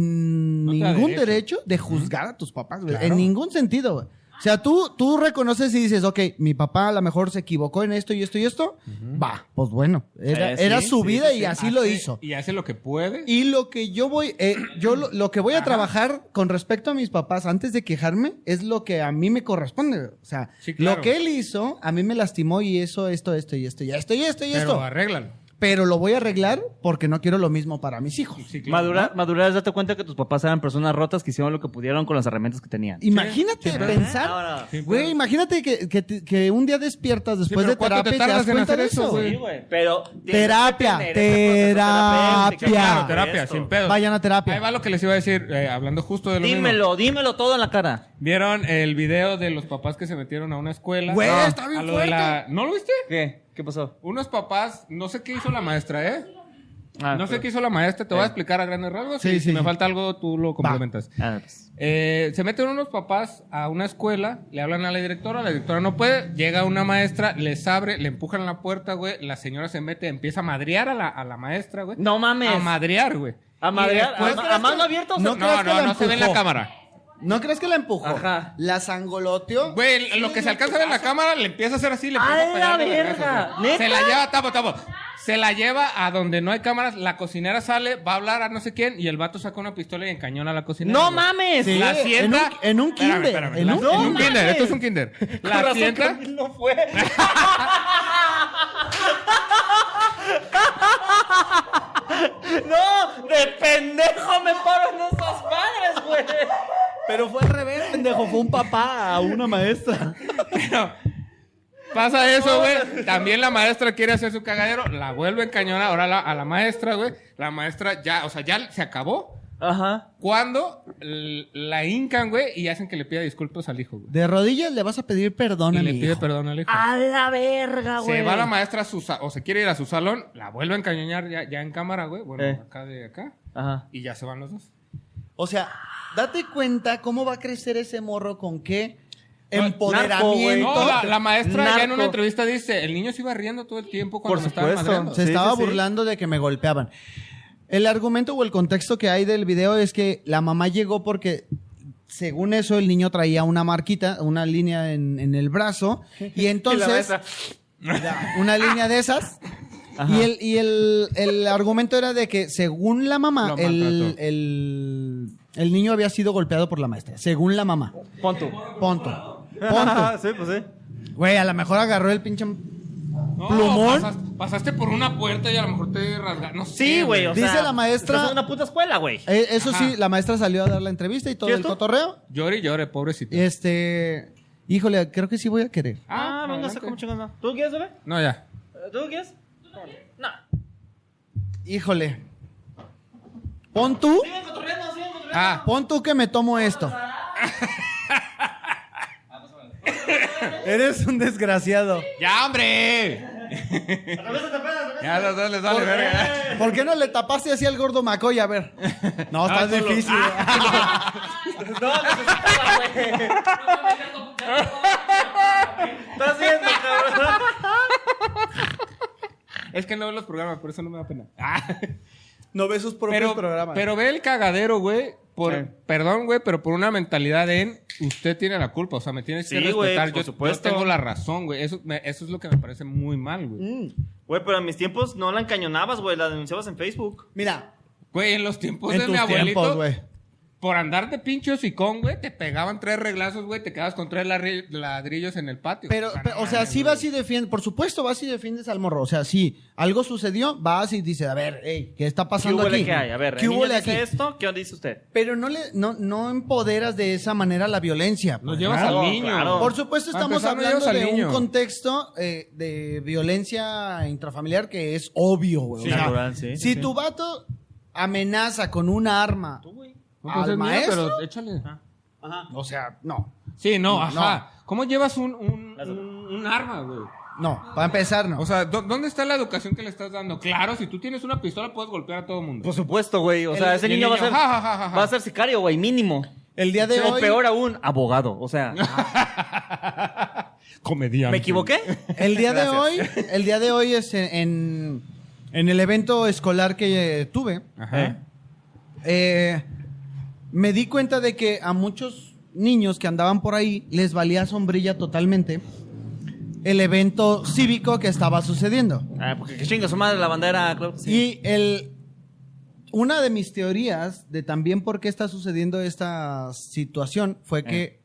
No te da ningún derecho. derecho. de juzgar a tus papás, güey. Claro. En ningún sentido, güey. O sea, tú, tú reconoces y dices, ok, mi papá a lo mejor se equivocó en esto y esto y esto. Va, pues bueno, era, Eh, sí, era su sí, vida sí, y así lo hizo. Y hace lo que puede. Y lo que yo voy, eh, yo lo, lo que voy a trabajar con respecto a mis papás antes de quejarme es lo que a mí me corresponde. güey. O sea, Sí, claro. lo que él hizo a mí me lastimó y eso, esto, esto y esto y esto y esto y pero esto. arréglalo. Pero lo voy a arreglar porque no quiero lo mismo para mis hijos. Sí, claro, Madurar, madurar es darte cuenta que tus papás eran personas rotas que hicieron lo que pudieron con las herramientas que tenían. Imagínate pensar, Ahora, Sí, güey, pero- imagínate que, que te- que un día despiertas después pero de ¿cuánto terapia te y te das tardas en cuenta hacer de eso, eso. güey? sí, güey. güey, pero tienes que Terapia, tener ese proceso terapia. terapéutico. Claro, terapia, Esto. sin pedo. Vayan a terapia. Ahí va lo que les iba a decir, eh, hablando justo de lo mismo. Dímelo, dímelo todo en la cara. ¿Vieron el video de los papás que se metieron a una escuela? Güey, No. está bien A lo de la- ¿No lo viste? ¿Qué? ¿Qué pasó? Unos papás, no sé qué hizo la maestra, ¿eh? Ah, no sé pero- eh. qué hizo la maestra, te voy a explicar a grandes rasgos. Sí, y sí, Si me sí. falta algo, tú lo complementas. Ah, pues. Eh, se meten unos papás a una escuela, le hablan a la directora, la directora no puede, llega una maestra, les abre, le empujan la puerta, güey, la señora se mete, empieza a madrear a la, a la maestra, güey. No mames. A madrear, güey. ¿A madrear? Y después- ¿A- a mano abierta o No, se- crees no, que no, la no se ve en la empujó? cámara. ¿No crees que la empujó? Ajá. La sangoloteó. Güey, lo que se alcanza a ver en la cámara le empieza a hacer así, le empieza ¡A a pegar la de vergazos, verga! güey. ¿Neta? Se la lleva, tapo, tapo. Se la lleva a donde no hay cámaras, la cocinera sale, va a hablar a no sé quién y el vato saca una pistola y encañona a la cocinera. ¡No güey. mames! Sí, La en sienta. un- en un Espérame, kinder, espérame. en La- un- en ¡No un kinder. mames! Esto es un kinder. Con La razón sienta. Camil no fue. no, de pendejo me paro en esas madres, güey. Pero fue al revés, pendejo. Fue un papá a una maestra. Pero Pasa eso, güey. También la maestra quiere hacer su cagadero, la vuelve en cañona ahora la- a la maestra, güey. La maestra ya, o sea, ya se acabó. Ajá. Cuando l- la hincan, güey, y hacen que le pida disculpas al hijo, güey. De rodillas le vas a pedir perdón Y a le mi pide hijo. perdón al hijo. A la verga, güey. Se va la maestra a su sa- o se quiere ir a su salón, la vuelve a encañonar ya, ya en cámara, güey. Bueno, Eh. acá de acá. Ajá. Y ya se van los dos. O sea, date cuenta cómo va a crecer ese morro con qué No, empoderamiento. No, la, la maestra ya en Narco. una entrevista dice, el niño se iba riendo todo el tiempo Por cuando me estaban supuesto. madreando. Se Sí, estaba sí, sí. burlando de que me golpeaban. El argumento o el contexto que hay del video es que la mamá llegó porque, según eso, el niño traía una marquita, una línea en, en el brazo, y entonces, una línea de esas. Y, el, y el, el argumento era de que, según la mamá, Lo el, maltrató. el, el niño había sido golpeado por la maestra, según la mamá. Pon tú. Ponto. Ah, Ponto. sí, pues sí. Güey, a lo mejor agarró el pinche No, plumón. pasas- pasaste por una puerta y a lo mejor te rasgaron. No sé, Sí, güey. o Dice sea, la maestra- estás en una puta escuela, güey. Eh, eso Ajá. sí, la maestra salió a dar la entrevista y todo el ¿Cierto? cotorreo. Llore y llore, pobrecito. Este, híjole, creo que sí voy a querer. Ah, venga, adelante. saca como chingada. ¿Tú quieres, bebé? No, ya. ¿Tú quieres? No. Híjole. Pon tú, Sigan cotorreando, sigan cotorreando. Ah, pon tú que me tomo esto. Eres un desgraciado. ya, hombre. Atravésate apenas, atravésate. Ya a los dos les vale verga. ¿Por qué no le tapaste así al gordo Macoy? A ver. No, Ah, está difícil. No, necesitaba, güey. Estás viendo, cabrón. Es que no veo los programas, por eso no me da pena. No ves sus propios pero, programas. pero ve el cagadero, güey. Por, Sí. Perdón, güey, pero por una mentalidad en usted tiene la culpa, o sea, me tienes que Sí, güey, respetar. por yo, yo supuesto. tengo la razón, güey. Eso, me- eso es lo que me parece muy mal, güey. Güey, pero en mis tiempos no la encañonabas, güey. La denunciabas en Facebook. Mira, Güey, en los tiempos en de tus pues mi abuelito, tiempos, güey. por andar de pinche hocicón, güey, te pegaban tres reglazos, güey, te quedabas con tres larri- ladrillos en el patio. Pero, no pe- o sea, mames, sí güey. vas y defiendes, por supuesto vas y defiendes al morro. O sea, sí, algo sucedió, vas y dices, a ver, ey, ¿qué está ¿Qué pasando hubo aquí? que hay? A ver, ¿Qué ¿el hubo niño de aquí? dice esto? ¿Qué dice usted? Pero no le, no, no empoderas de esa manera la violencia. Lo pues, llevas ¿no? al niño. claro. Por supuesto, Para estamos empezar, no hablando llevas al de niño. un contexto eh, de violencia intrafamiliar que es obvio, güey. Sí, O sea, natural, sí, si sí. tu vato amenaza con un arma No, pues al es mío, maestro, pero échale. o sea, no, Sí, no, ajá. ¿Cómo llevas un, un, un- un arma, güey? no, para empezar, no. O sea, ¿dó- ¿dónde está la educación que le estás dando? Claro, si tú tienes una pistola puedes golpear a todo mundo. Por supuesto, güey. O O sea, sea, es ese y el niño, va a niño, ser, ja, ja, ja, ja. va a ser sicario, güey, mínimo. el día de o hoy, peor aún, abogado. O sea, comediante. ¿me equivoqué? el día de hoy, el día de hoy es en, en, en el evento escolar que eh, tuve, Ajá. Eh. eh, me di cuenta de que a muchos niños que andaban por ahí les valía sombrilla totalmente el evento cívico que estaba sucediendo. Ah, porque que chinga su madre la bandera, claro que sí. Y el una de mis teorías de también por qué está sucediendo esta situación fue que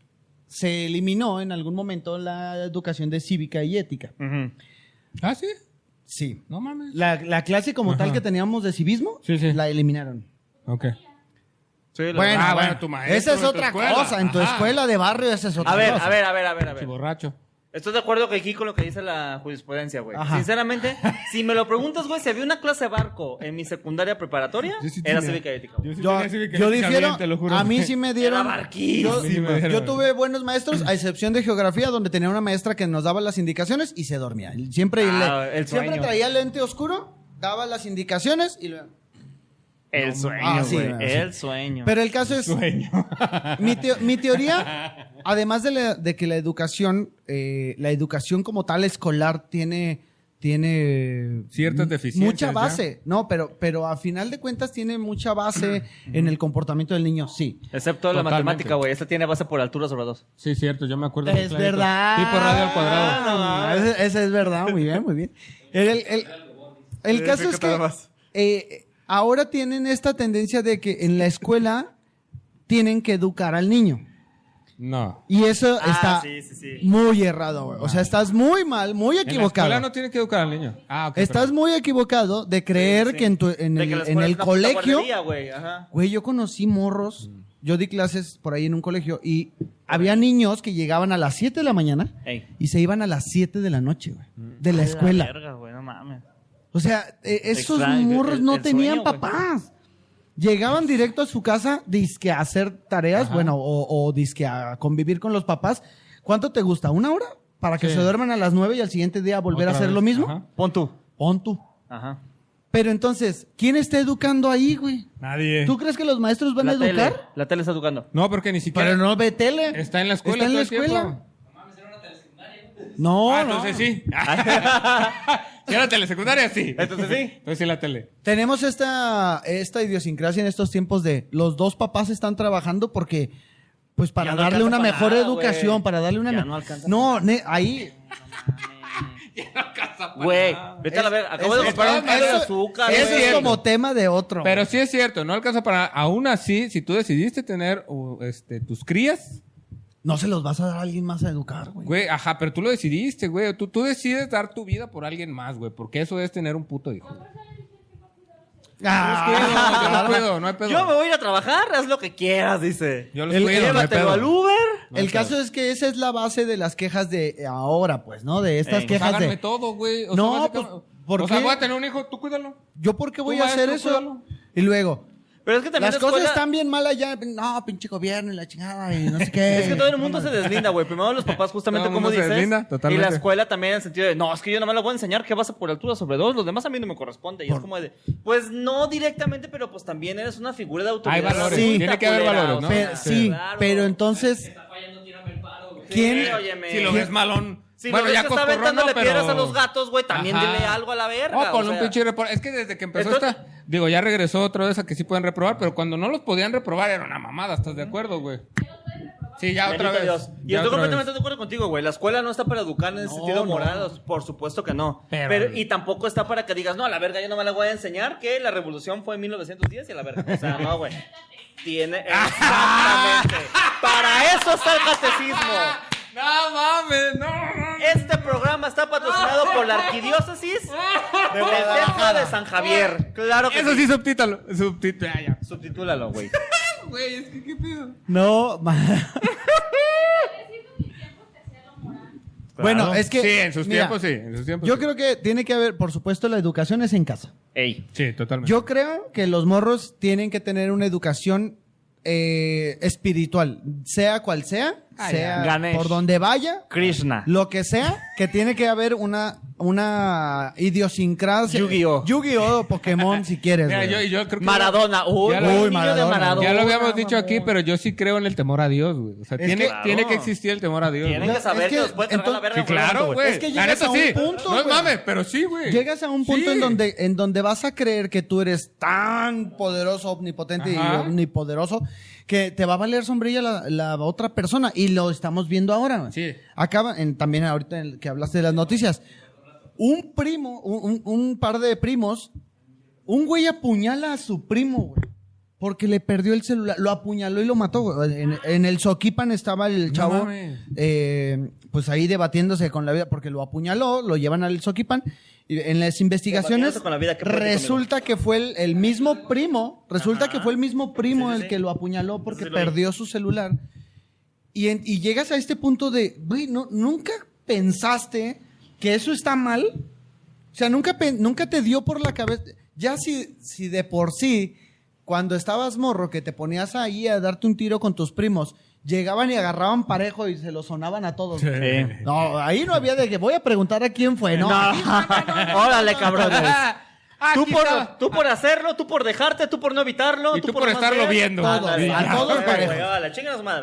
se eliminó en algún momento la educación de cívica y ética. Ujú. Ah, sí. Sí. No mames. La, la clase como tal que teníamos de civismo Sí, sí. la eliminaron. Ok. Sí, la- Bueno, Ah, bueno, bueno, tu maestro esa es en tu otra escuela. cosa. En tu Ajá. escuela de barrio esa es otra A ver, cosa. a ver, a ver, a ver, a ver. Borracho. Estoy de acuerdo que aquí con lo que dice la jurisprudencia, güey. Ajá. Sinceramente, si me lo preguntas, güey, si había una clase de barco en mi secundaria preparatoria, Yo sí era tenía. cívica y ética. güey. sí Yo, tenía cívica yo ética difiero, bien, te lo juro. a mí sí me dieron... Era barquísimo. yo- Sí me yo, dieron, güey. tuve buenos maestros, a excepción de geografía, donde tenía una maestra que nos daba las indicaciones y se dormía. Siempre, Ah, le- el sueño. siempre traía lente oscuro, daba las indicaciones y luego... El sueño, ah, sí, güey. güey, sí. el sueño. Pero el caso es... Sueño. Mi, teo- mi teoría, además de, la- de que la educación, eh, la educación como tal escolar tiene, tiene Ciertas mu- deficiencias, Mucha base, no, pero, pero a final de cuentas tiene mucha base en el comportamiento del niño, sí. Excepto la Totalmente. matemática, güey. Esta tiene base por altura sobre dos. Sí, cierto, yo me acuerdo. Es clarito. verdad. Tipo radio al cuadrado. Ah, no, ese- ese es verdad, muy bien, muy bien. El, el- el- el Sí, caso es fíjate que nada más. eh, ahora tienen esta tendencia de que en la escuela tienen que educar al niño. No. Y eso Ah, está sí, sí, sí. muy errado, güey. O sea, estás muy mal, muy En la escuela equivocado. no tiene que educar al niño. Ah, ok. Estás muy equivocado de creer Sí, sí. que en, tu- en De el, que la en escuela el es una puta Mm. colegio... guardería, güey, ajá. Güey, yo conocí morros. Yo di clases por ahí en un colegio y había niños que llegaban a las 7 de la mañana Ey. y se iban a las 7 de la noche, güey, de la escuela. verga, güey, no mames. O sea, eh, esos Extraño, morros el- no el tenían sueño, güey. papás. Llegaban directo a su casa, disque a hacer tareas, bueno, o, o disque a convivir con los papás. ¿Cuánto te gusta? ¿Una hora? Para que Sí. se duerman a las 9 y al siguiente día volver a Otra hacer vez, lo mismo. ajá. Pon tú. Pon tú. Ajá. Pero entonces, ¿quién está educando ahí, güey? Nadie. ¿Tú crees que los maestros van a educar? Tele, la tele está tocando. No, porque ni siquiera. Pero no ve tele. Está en la escuela. Está en todo la el tiempo. escuela. No, Ah, no. entonces sí. si era telesecundaria, sí. Entonces sí. Entonces sí la tele. Tenemos esta, esta idiosincrasia en estos tiempos de los dos papás están trabajando porque, pues para Ya no darle alcanza una para mejor nada, educación, güey. para darle una... Ya me- no alcanza No, ne- ahí... Ah, Güey, vete a la ver. Acabo de eso- comprar un kilo de eso- azúcar. eso güey. es como tema de otro. Pero güey. sí es cierto, no alcanza para. Aún así, si tú decidiste tener o, este, tus crías, No se los vas a dar a alguien más a educar, güey. güey, ajá, pero tú lo decidiste, güey. Tú, tú decides dar tu vida por alguien más, güey, porque eso es tener un puto hijo. Ah, yo los cuido, no hay pedo. Yo me voy a ir a trabajar, haz lo que quieras, dice. Yo los El- cuido, no hay Llévatelo pedo. al Uber. No hay el caso es que esa es la base de las quejas de ahora, pues, ¿no? De estas Ey, Pues quejas háganme de... todo, güey. O No, sea, básicamente- pues, ¿por o sea, qué? voy a tener un hijo, tú cuídalo. ¿Yo por qué voy Tú, a hacer maestro, eso? cuídalo. Y luego... Pero es que también Las la cosas escuela- están bien mal allá. No, pinche gobierno y la chingada y no sé qué. Es que todo el mundo se deslinda, güey. Primero los papás, justamente Todo el como mundo se dices. deslinda, y totalmente. la escuela también en el sentido de, no, es que yo nomás les voy a enseñar que vas a por altura sobre dos, los demás a mí no me corresponde. Y es como de, pues no directamente, pero pues también eres una figura de autoridad. Hay valores, Sí. Puta tiene que haber culera, valores, ¿no? o Pe- sea, sí, claro. pero entonces. ¿Quién? Sí, óyeme. Si lo ves malón. Si lo ves que está coscorrón, aventándole no, pero- piedras a los gatos, güey, también Ajá. dile algo a la verga. Oh, ponle o un sea. pinche repro- Es que desde que empezó Entonces- esta. Digo, ya regresó otra vez a que sí pueden reprobar, pero cuando no los podían reprobar era una mamada, ¿estás de acuerdo, güey? Sí, ya otra Bendito vez. Dios. Y ya estoy otra completamente vez. de acuerdo contigo, güey. La escuela no está para educar en el sentido moral, por supuesto que no. Pero- Pero, y tampoco está para que digas, no, a la verga, yo no me la voy a enseñar que la revolución fue en 1910 y a la verga. O sea, no, güey. Tiene. Exactamente. para eso está el catecismo. Ah, No mames, no mames. Este programa está patrocinado por la arquidiócesis de Guadalajara de San Javier. Claro que Eso sí. sí, subtítalo. Subtítalo. Ya, ya. Subtitúlalo, güey. Güey, es que qué pedo. No. ma- Bueno, es que. Sí, en sus mira, tiempos sí. En sus tiempos Yo sí. creo que tiene que haber, por supuesto, la educación es en casa. Ey. Sí, totalmente. Yo creo que los morros tienen que tener una educación eh, espiritual, sea cual sea, Ah, sea ya. Ganesh. por donde vaya, Krishna. lo que sea, que tiene que haber una, una idiosincrasia. Yu-Gi-Oh. Yu-Gi-Oh! o Pokémon, si quieres. Mira, güey. yo, yo creo que. Maradona. Uy, Ya güey, lo- niño Uy, Maradona. de Maradona. Ya lo habíamos dicho aquí, pero yo sí creo en el temor a Dios, güey. O sea, Es tiene, que- que, tiene que existir el temor a Dios. Tienen güey. que saber es que- que, después te la entonces- verga. Sí, por un rato, claro, güey. güey. Es que la llegas neta a un sí. punto, no es güey. mames, pero sí, güey. Llegas a un punto Sí. en donde en donde vas a creer que tú eres tan poderoso, omnipotente Ajá. y omnipoderoso que te va a valer sombrilla la, la otra persona y lo estamos viendo ahora. güey. Sí. Acaba en- también ahorita en el que hablaste de las noticias. Un primo, un, un- un par de primos, un güey apuñala a su primo, güey, Porque le perdió el celular, lo apuñaló y lo mató. güey. En, en el Soquipan estaba el chavo mames. eh, pues ahí debatiéndose con la vida, porque lo apuñaló, lo llevan al Soquipan. Y en las investigaciones Debatiéndose con la vida, ¿qué puede resulta que fue el, el mismo primo, resulta que fue el mismo primo Sí, sí, el sí. que lo apuñaló porque Sí, lo vi. perdió su celular. Y, en- y llegas a este punto de, güey, no, nunca pensaste que eso está mal. O sea, nunca, pen- nunca te dio por la cabeza. Ya si, si de por sí, cuando estabas morro, que te ponías ahí a darte un tiro con tus primos, llegaban y agarraban parejo y se lo sonaban a todos. güey. Eh, No, ahí no había de que voy a preguntar a quién fue, ¿no? Aquí- Órale, cabrones. Tú Aquí por, estaba. tú por hacerlo, tú por dejarte, tú por no evitarlo. Y tú por estarlo hacer. viendo. Todo, Todos, a a todos parejos. madre.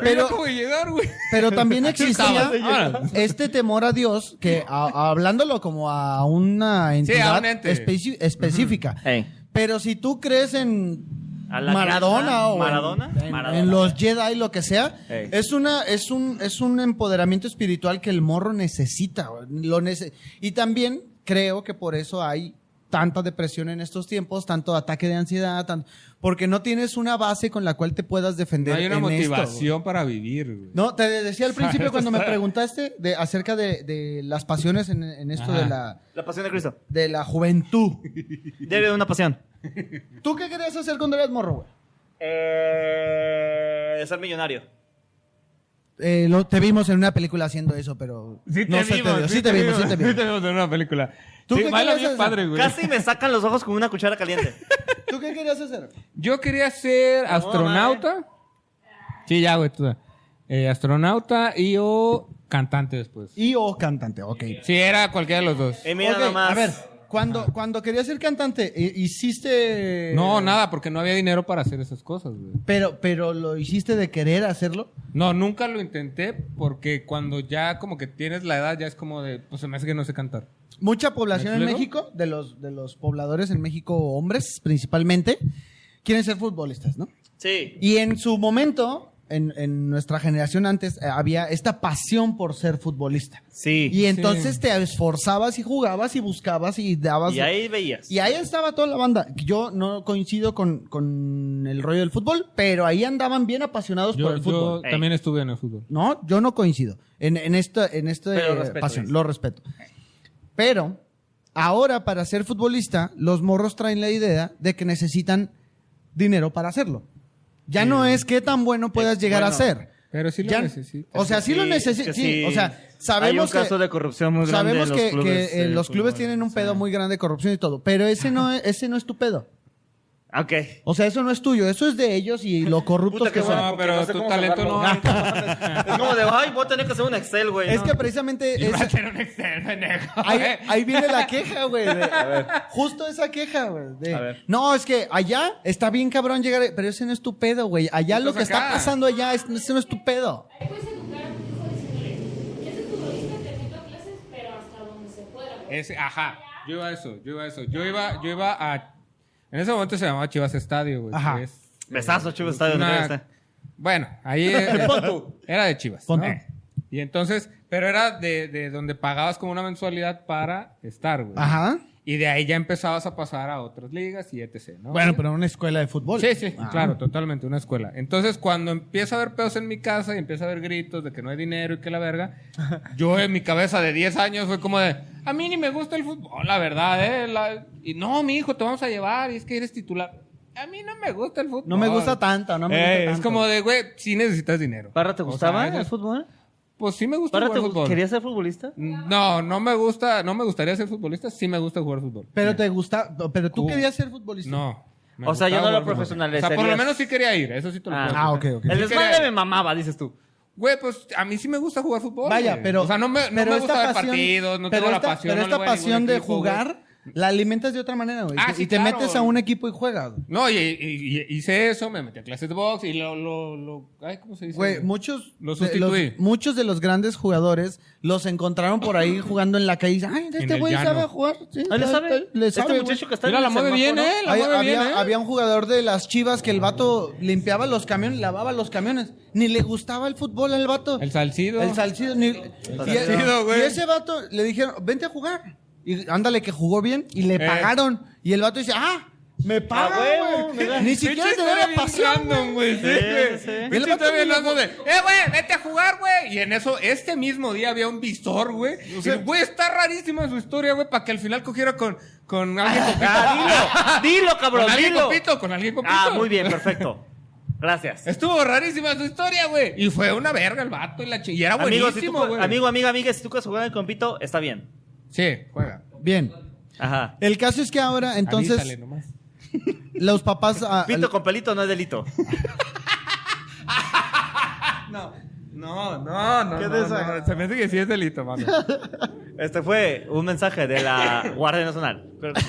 Pero- Pero cómo llegar, güey. Pero también existía Estabas, señor. este temor a Dios, que a- a- hablándolo como a una entidad un ente. especi- específica. Ey. Pero si tú crees en A la Maradona Krishna, o en- Maradona, en, Maradona. en los Jedi, lo que sea, Ey. es una es un es un empoderamiento espiritual que el morro necesita. güey. Lo nece- y también creo que por eso hay tanta depresión en estos tiempos, tanto ataque de ansiedad, tan- porque no tienes una base con la cual te puedas defender. No hay en una esto, güey. motivación para vivir, güey. No, te decía al principio cuando me preguntaste de, acerca de, de las pasiones en, en esto Ajá. de la, La pasión de Cristo. de la juventud. Debe de una pasión. ¿Tú qué querías hacer cuando eras morro, güey? Eh, ser millonario. eh, lo- te vimos en una película haciendo eso, pero no se te dio. Sí te vimos, sí te vimos. Sí te vimos en una película. ¿Tú Sí, qué baila querías bien hacer? padre, güey. Casi me sacan los ojos con una cuchara caliente. ¿Tú qué querías hacer? Yo quería ser astronauta. Sí, ya, güey, tú. da. Eh, astronauta y o cantante después. Y o cantante, ok. Sí, era cualquiera de los dos. Y Eh, mira Ok, nomás. A ver, cuando, cuando querías ser cantante, eh, ¿hiciste...? No, nada, porque no había dinero para hacer esas cosas, güey. Pero, pero lo hiciste de querer hacerlo. No, nunca lo intenté porque cuando ya como que tienes la edad ya es como de, pues se me hace que no sé cantar. Mucha población ¿Me en explico? México, de los, de los pobladores en México, hombres principalmente, quieren ser futbolistas, ¿no? Sí. Y en su momento, en, en nuestra generación antes, eh, había esta pasión por ser futbolista. Sí. Y entonces te esforzabas y jugabas y buscabas y dabas. Y ahí veías. Y ahí estaba toda la banda. Yo no coincido con, con el rollo del fútbol, pero ahí andaban bien apasionados Yo, por el yo fútbol. Ey. también estuve en el fútbol. No, yo no coincido en, en esta, en esta Pero eh, respeto, pasión. dices. Lo respeto. Pero ahora para ser futbolista, los morros traen la idea de que necesitan dinero para hacerlo. Ya no es qué tan bueno puedas Eh, llegar a bueno, ser. Pero sí lo Ya- necesito. O sea, sí, lo es necesitas. que Sí, o sea, sabemos Hay un caso que de corrupción muy grande sabemos en que, los clubes. que, eh, de los clubes fútbol. tienen un pedo Sí. muy grande de corrupción y todo, pero ese no es, ese no es tu pedo. Ok. O sea, eso no es tuyo, eso es de ellos y lo corruptos Puta, que qué son. bueno, No, porque pero sé tu cómo talento salvarlo. Es como de, ay, voy a tener que hacer un Excel, güey. Es ¿no? que precisamente esa- un Excel, pendejo. ahí, ahí viene la queja, güey. de- Justo esa queja, güey. de, A ver. No, es que allá está bien cabrón llegar, pero ese no es tu pedo, güey. Allá lo que Entonces está Pues acá. pasando allá, es- ese no es tu pedo. Ahí puedes educar a tu hijo diciéndole, ya soy futbolista, te meto a clases, pero hasta donde se pueda. güey". Ese, ajá. Yo iba a eso, yo iba a eso. Yo iba, yo iba a. En ese momento se llamaba Chivas Estadio, güey. Ajá. eh. que es- Besazo, Chivas Estadio, una- ¿dónde está? Bueno, ahí eh, era de Chivas. Pon ¿no? tú. Y entonces, pero era de, de donde pagabas como una mensualidad para estar, güey. Ajá. Y de ahí ya empezabas a pasar a otras ligas y etc. ¿no? Bueno, pero una escuela de fútbol. Sí, sí, Ah. claro, totalmente, una escuela. Entonces, cuando empieza a haber pedos en mi casa y empieza a haber gritos de que no hay dinero y que la verga, yo en mi cabeza de 10 años fue como de, a mí ni me gusta el fútbol, la verdad, ¿eh? la- Y no, mi hijo, te vamos a llevar y es que eres titular. A mí no me gusta el fútbol. No me gusta tanto, no me Eh, gusta es tanto. como de, güey, sí necesitas dinero. ¿Barra te O sea, gustaba eso el es- fútbol? Pues sí me gusta ¿Barra jugar te fútbol. gu- querías ser futbolista? No, no me gusta, no me gustaría ser futbolista, sí me gusta jugar fútbol. Pero te gusta, pero tú Cu- querías ser futbolista. No. me O sea, yo no gustaba lo jugar fútbol. profesionalizaría. O sea, por lo menos sí quería ir, eso sí te lo Ah. puedo Ah, ok, aceptar. ok. El Sí desmadre me quería- mamaba, dices tú. Güey, pues a mí sí me gusta jugar fútbol. Vaya, güey. pero. O sea, no me, no pero me esta gusta ver pasión- partidos, no pero tengo esta- la pasión. Pero no le esta voy a ningún pasión de equipo, güey. jugar la alimentas de otra manera, güey. Ah, y sí, te claro. metes a un equipo y juegas. güey. No, y, y- y- hice eso, me metí a clases de box y lo. lo, lo ay, ¿Cómo se dice? Güey, muchos, Lo de, los, sustituí. muchos de los grandes jugadores los encontraron por ahí jugando en la calle. y dicen, Ay, En este el güey llano. sabe jugar. sí, Ah, ¿Le sabe? Le Este sabe, muchacho güey". que está Mira, en la el mueve bien, semáforo. ¿eh? La Hay- mueve había, bien, ¿eh? había un jugador de las chivas que el vato limpiaba los camiones, lavaba los camiones. Ni le gustaba el fútbol al vato. El Salcido. El salcido. ni- y- Salcido, y, güey. ese vato le dijeron, vente a jugar. Y ándale, que jugó bien. Y le Eh. pagaron. Y el vato dice, ah, me paga, huevo, güey". me da- Ni siquiera te da la pasión. random, güey. Sí, güey. sí. Pinche El vato estaba ni le hablando de, eh, güey, vete a jugar, güey. Y en eso, este mismo día había un visor, güey. Y, Güey, está rarísima su historia, güey, para que al final cogiera con, con alguien copito. Ah, dilo, dilo, cabrón, con alguien dilo. copito, con alguien copito. Ah, muy bien, perfecto. Gracias. Estuvo rarísima su historia, güey. Y fue una verga el vato y la chi- Y era Amigo, si tú, buenísimo, güey. amigo, amiga, amiga, si tú quieres jugar en compito, está bien. Sí, juega. Bien. Ajá. El caso es que ahora, entonces, Avísale nomás. los papás. ah, Pito con pelito no es delito. No, no, no. Qué no, desagrado. no. Se me hace que sí es delito, mano. Este fue un mensaje de la Guardia Nacional. Pero-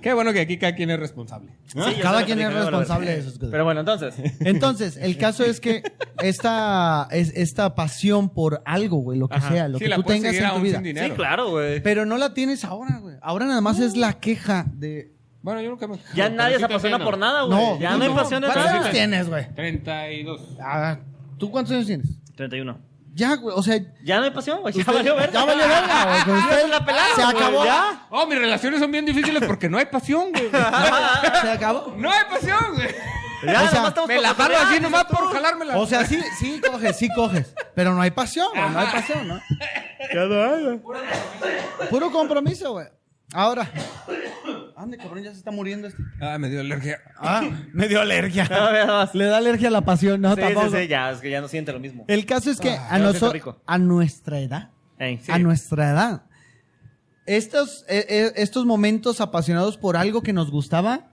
Qué bueno que aquí cada quien es responsable. Sí, yo sé Ah, Cada lo que quien dije, es me vale responsable verga. de sus cosas. Pero bueno, entonces. Entonces, el caso es que esta, es, esta pasión por algo, güey, lo que Ajá. sea, lo Sí, que la tú puedes tengas seguir en tu aún vida. sin dinero. Sí, claro, güey. Pero no la tienes ahora, güey. Ahora nada más es la queja de. Bueno, yo nunca me. Ya pero nadie sí se te apasiona entiendo. por nada, güey. No, ya tú no hay no. pasión de ¿Cuántos nada. años tienes, güey? 32. Ah, ¿Tú cuántos años tienes? 31. Ya, güey, o sea. Ya no hay pasión, güey. Ya usted- valió verga. Ya valió verga, güey. con Ya usted se la pelaron, se güey, acabó. ya. Oh, mis relaciones son bien difíciles porque no hay pasión, güey. Se acabó. No hay pasión, güey. Ya, O sea, nomás estamos Me por la jalo cotorrear, así dices nomás tú. por jalármela. O sea, sí, sí coges, sí coges. Pero no hay pasión, güey. No hay pasión, ¿no? Puro compromiso, güey. Ahora. Ande, cabrón, ya se está muriendo este. Ah, me dio alergia. Ah, me dio alergia. No, vea más. Le da alergia a la pasión, no, sí, tampoco. sí, sí, ya, es que ya no siente lo mismo. El caso es que a, ya lo siento noso- rico. a nuestra edad, Ey, sí. a nuestra edad, estos, eh, eh, estos momentos apasionados por algo que nos gustaba,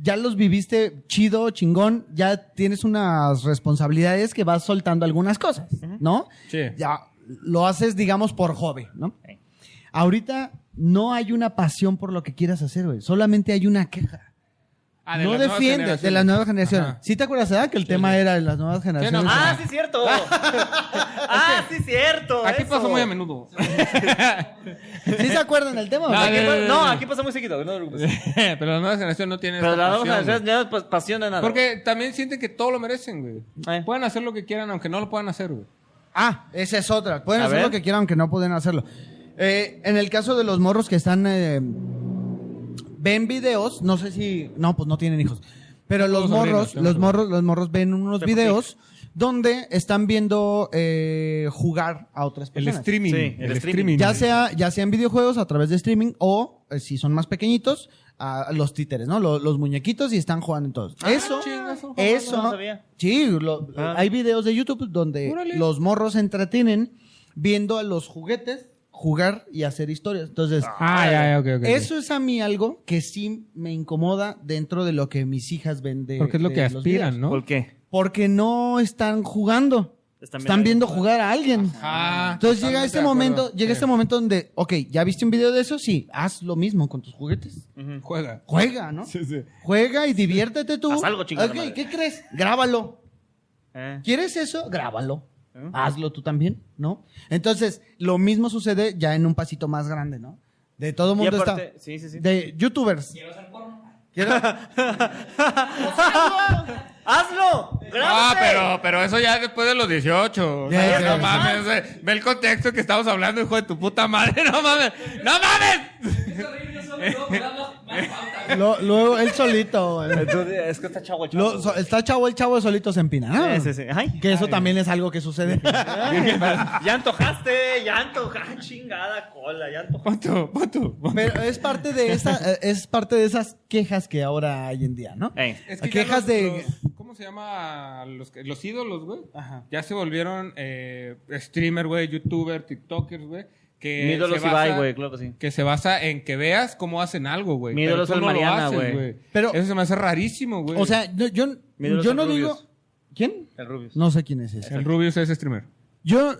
ya los viviste chido, chingón, ya tienes unas responsabilidades que vas soltando algunas cosas, ¿no? Sí. Ya lo haces, digamos, por hobby, ¿no? Ey. Ahorita no hay una pasión por lo que quieras hacer, güey. Solamente hay una queja Ah, no las nuevas defiende de las generaciones. nuevas generaciones. Ajá. ¿Sí te acuerdas, Adán, que el tema era de las nuevas generaciones? no, Ah, sí, cierto. ah, sí, cierto. Aquí eso. pasa muy a menudo. ¿Sí se acuerdan del tema? o No, sea, Aquí que- no, pa- no, no, no. aquí pasa muy seguido, no te preocupes. Pero las nuevas generaciones no tienen Pero esta la vamos pasión, a güey. hacer, ya pues, pasión de nada. Porque también sienten que todo lo merecen, güey. Ay. Pueden hacer lo que quieran, aunque no lo puedan hacer, güey. Ah, esa es otra. Pueden A hacer ver. lo que quieran, aunque no pueden hacerlo. Eh, en el caso de los morros que están... eh, ven videos, no sé si... No, pues no tienen hijos. Pero los Tengo sobrinos, morros, tengo los sobrinos. morros, los morros ven unos Tengo videos donde están viendo eh, jugar a otras El personas. streaming. Sí, el el, streaming. streaming. Ya sea, ya sea en videojuegos a través de streaming o, eh, si son más pequeñitos, a los títeres, ¿no? Lo- Los, muñequitos y están jugando todos. Ah, eso, chingazo, eso. no sabía. Sí, lo- Ah. hay videos de YouTube donde Órale. los morros se entretienen viendo a los juguetes jugar y hacer historias. Entonces, Ah, ya, ya, ok, ok. ok. eso es a mí algo que sí me incomoda dentro de lo que mis hijas ven de Porque es lo de que los aspiran, videos. ¿no? ¿Por qué? Porque no están jugando. Están Están, viendo viendo jugar a alguien. Ajá, Entonces llega este totalmente de Ah, acuerdo. Eh, momento, llega Sí. este momento donde, ok, ¿ya viste un video de eso? Sí, haz lo mismo con tus juguetes. Juega. Juega, ¿no? Sí, sí. Juega y diviértete tú. Haz algo, chingada Ok, madre. ¿qué crees? Grábalo. Eh, ¿Quieres eso? Grábalo. ¿Eh? Hazlo tú también, ¿no? Entonces, lo mismo sucede ya en un pasito más grande, ¿no? De todo Y mundo aparte, está. sí, sí, sí. De youtubers. ¡Hazlo! ¡Grábate! Ah, pero, pero eso ya después de los 18. O sea, Ya, no ya, ya. mames. eh, Ve el contexto que estamos hablando, hijo de tu puta madre. No mames. ¡No mames! Lo- luego, él solito. güey. Entonces, es que está chavo el chavo. Lo- so- está chavo, el chavo solito se empina. ¿no? Sí, sí, sí. Ay. que eso también es algo que sucede. ya antojaste, ya antojaste, chingada cola, ya antojaste. Ponto, ponto, ponto. Pero es parte de esa, eh, es parte de esas quejas que ahora hay en día, ¿no? Ey. Es que ya quejas los- de los- ¿Cómo se llama? Los, que- los ídolos, güey. Ya se volvieron eh, streamer, güey, youtuber, tiktokers, güey. que Mi ídolo Eh, se es Ibai, basa- güey, claro que sí. Que se basa en que veas cómo hacen algo, güey. Mi Pero ídolo tú es el no lo Mariana, haces, güey. Pero- Eso se me hace rarísimo, güey. o sea, no- yo, Mira los yo no Rubius. digo ¿Quién? El Rubius. No sé quién es ese. el Rubius es streamer. Yo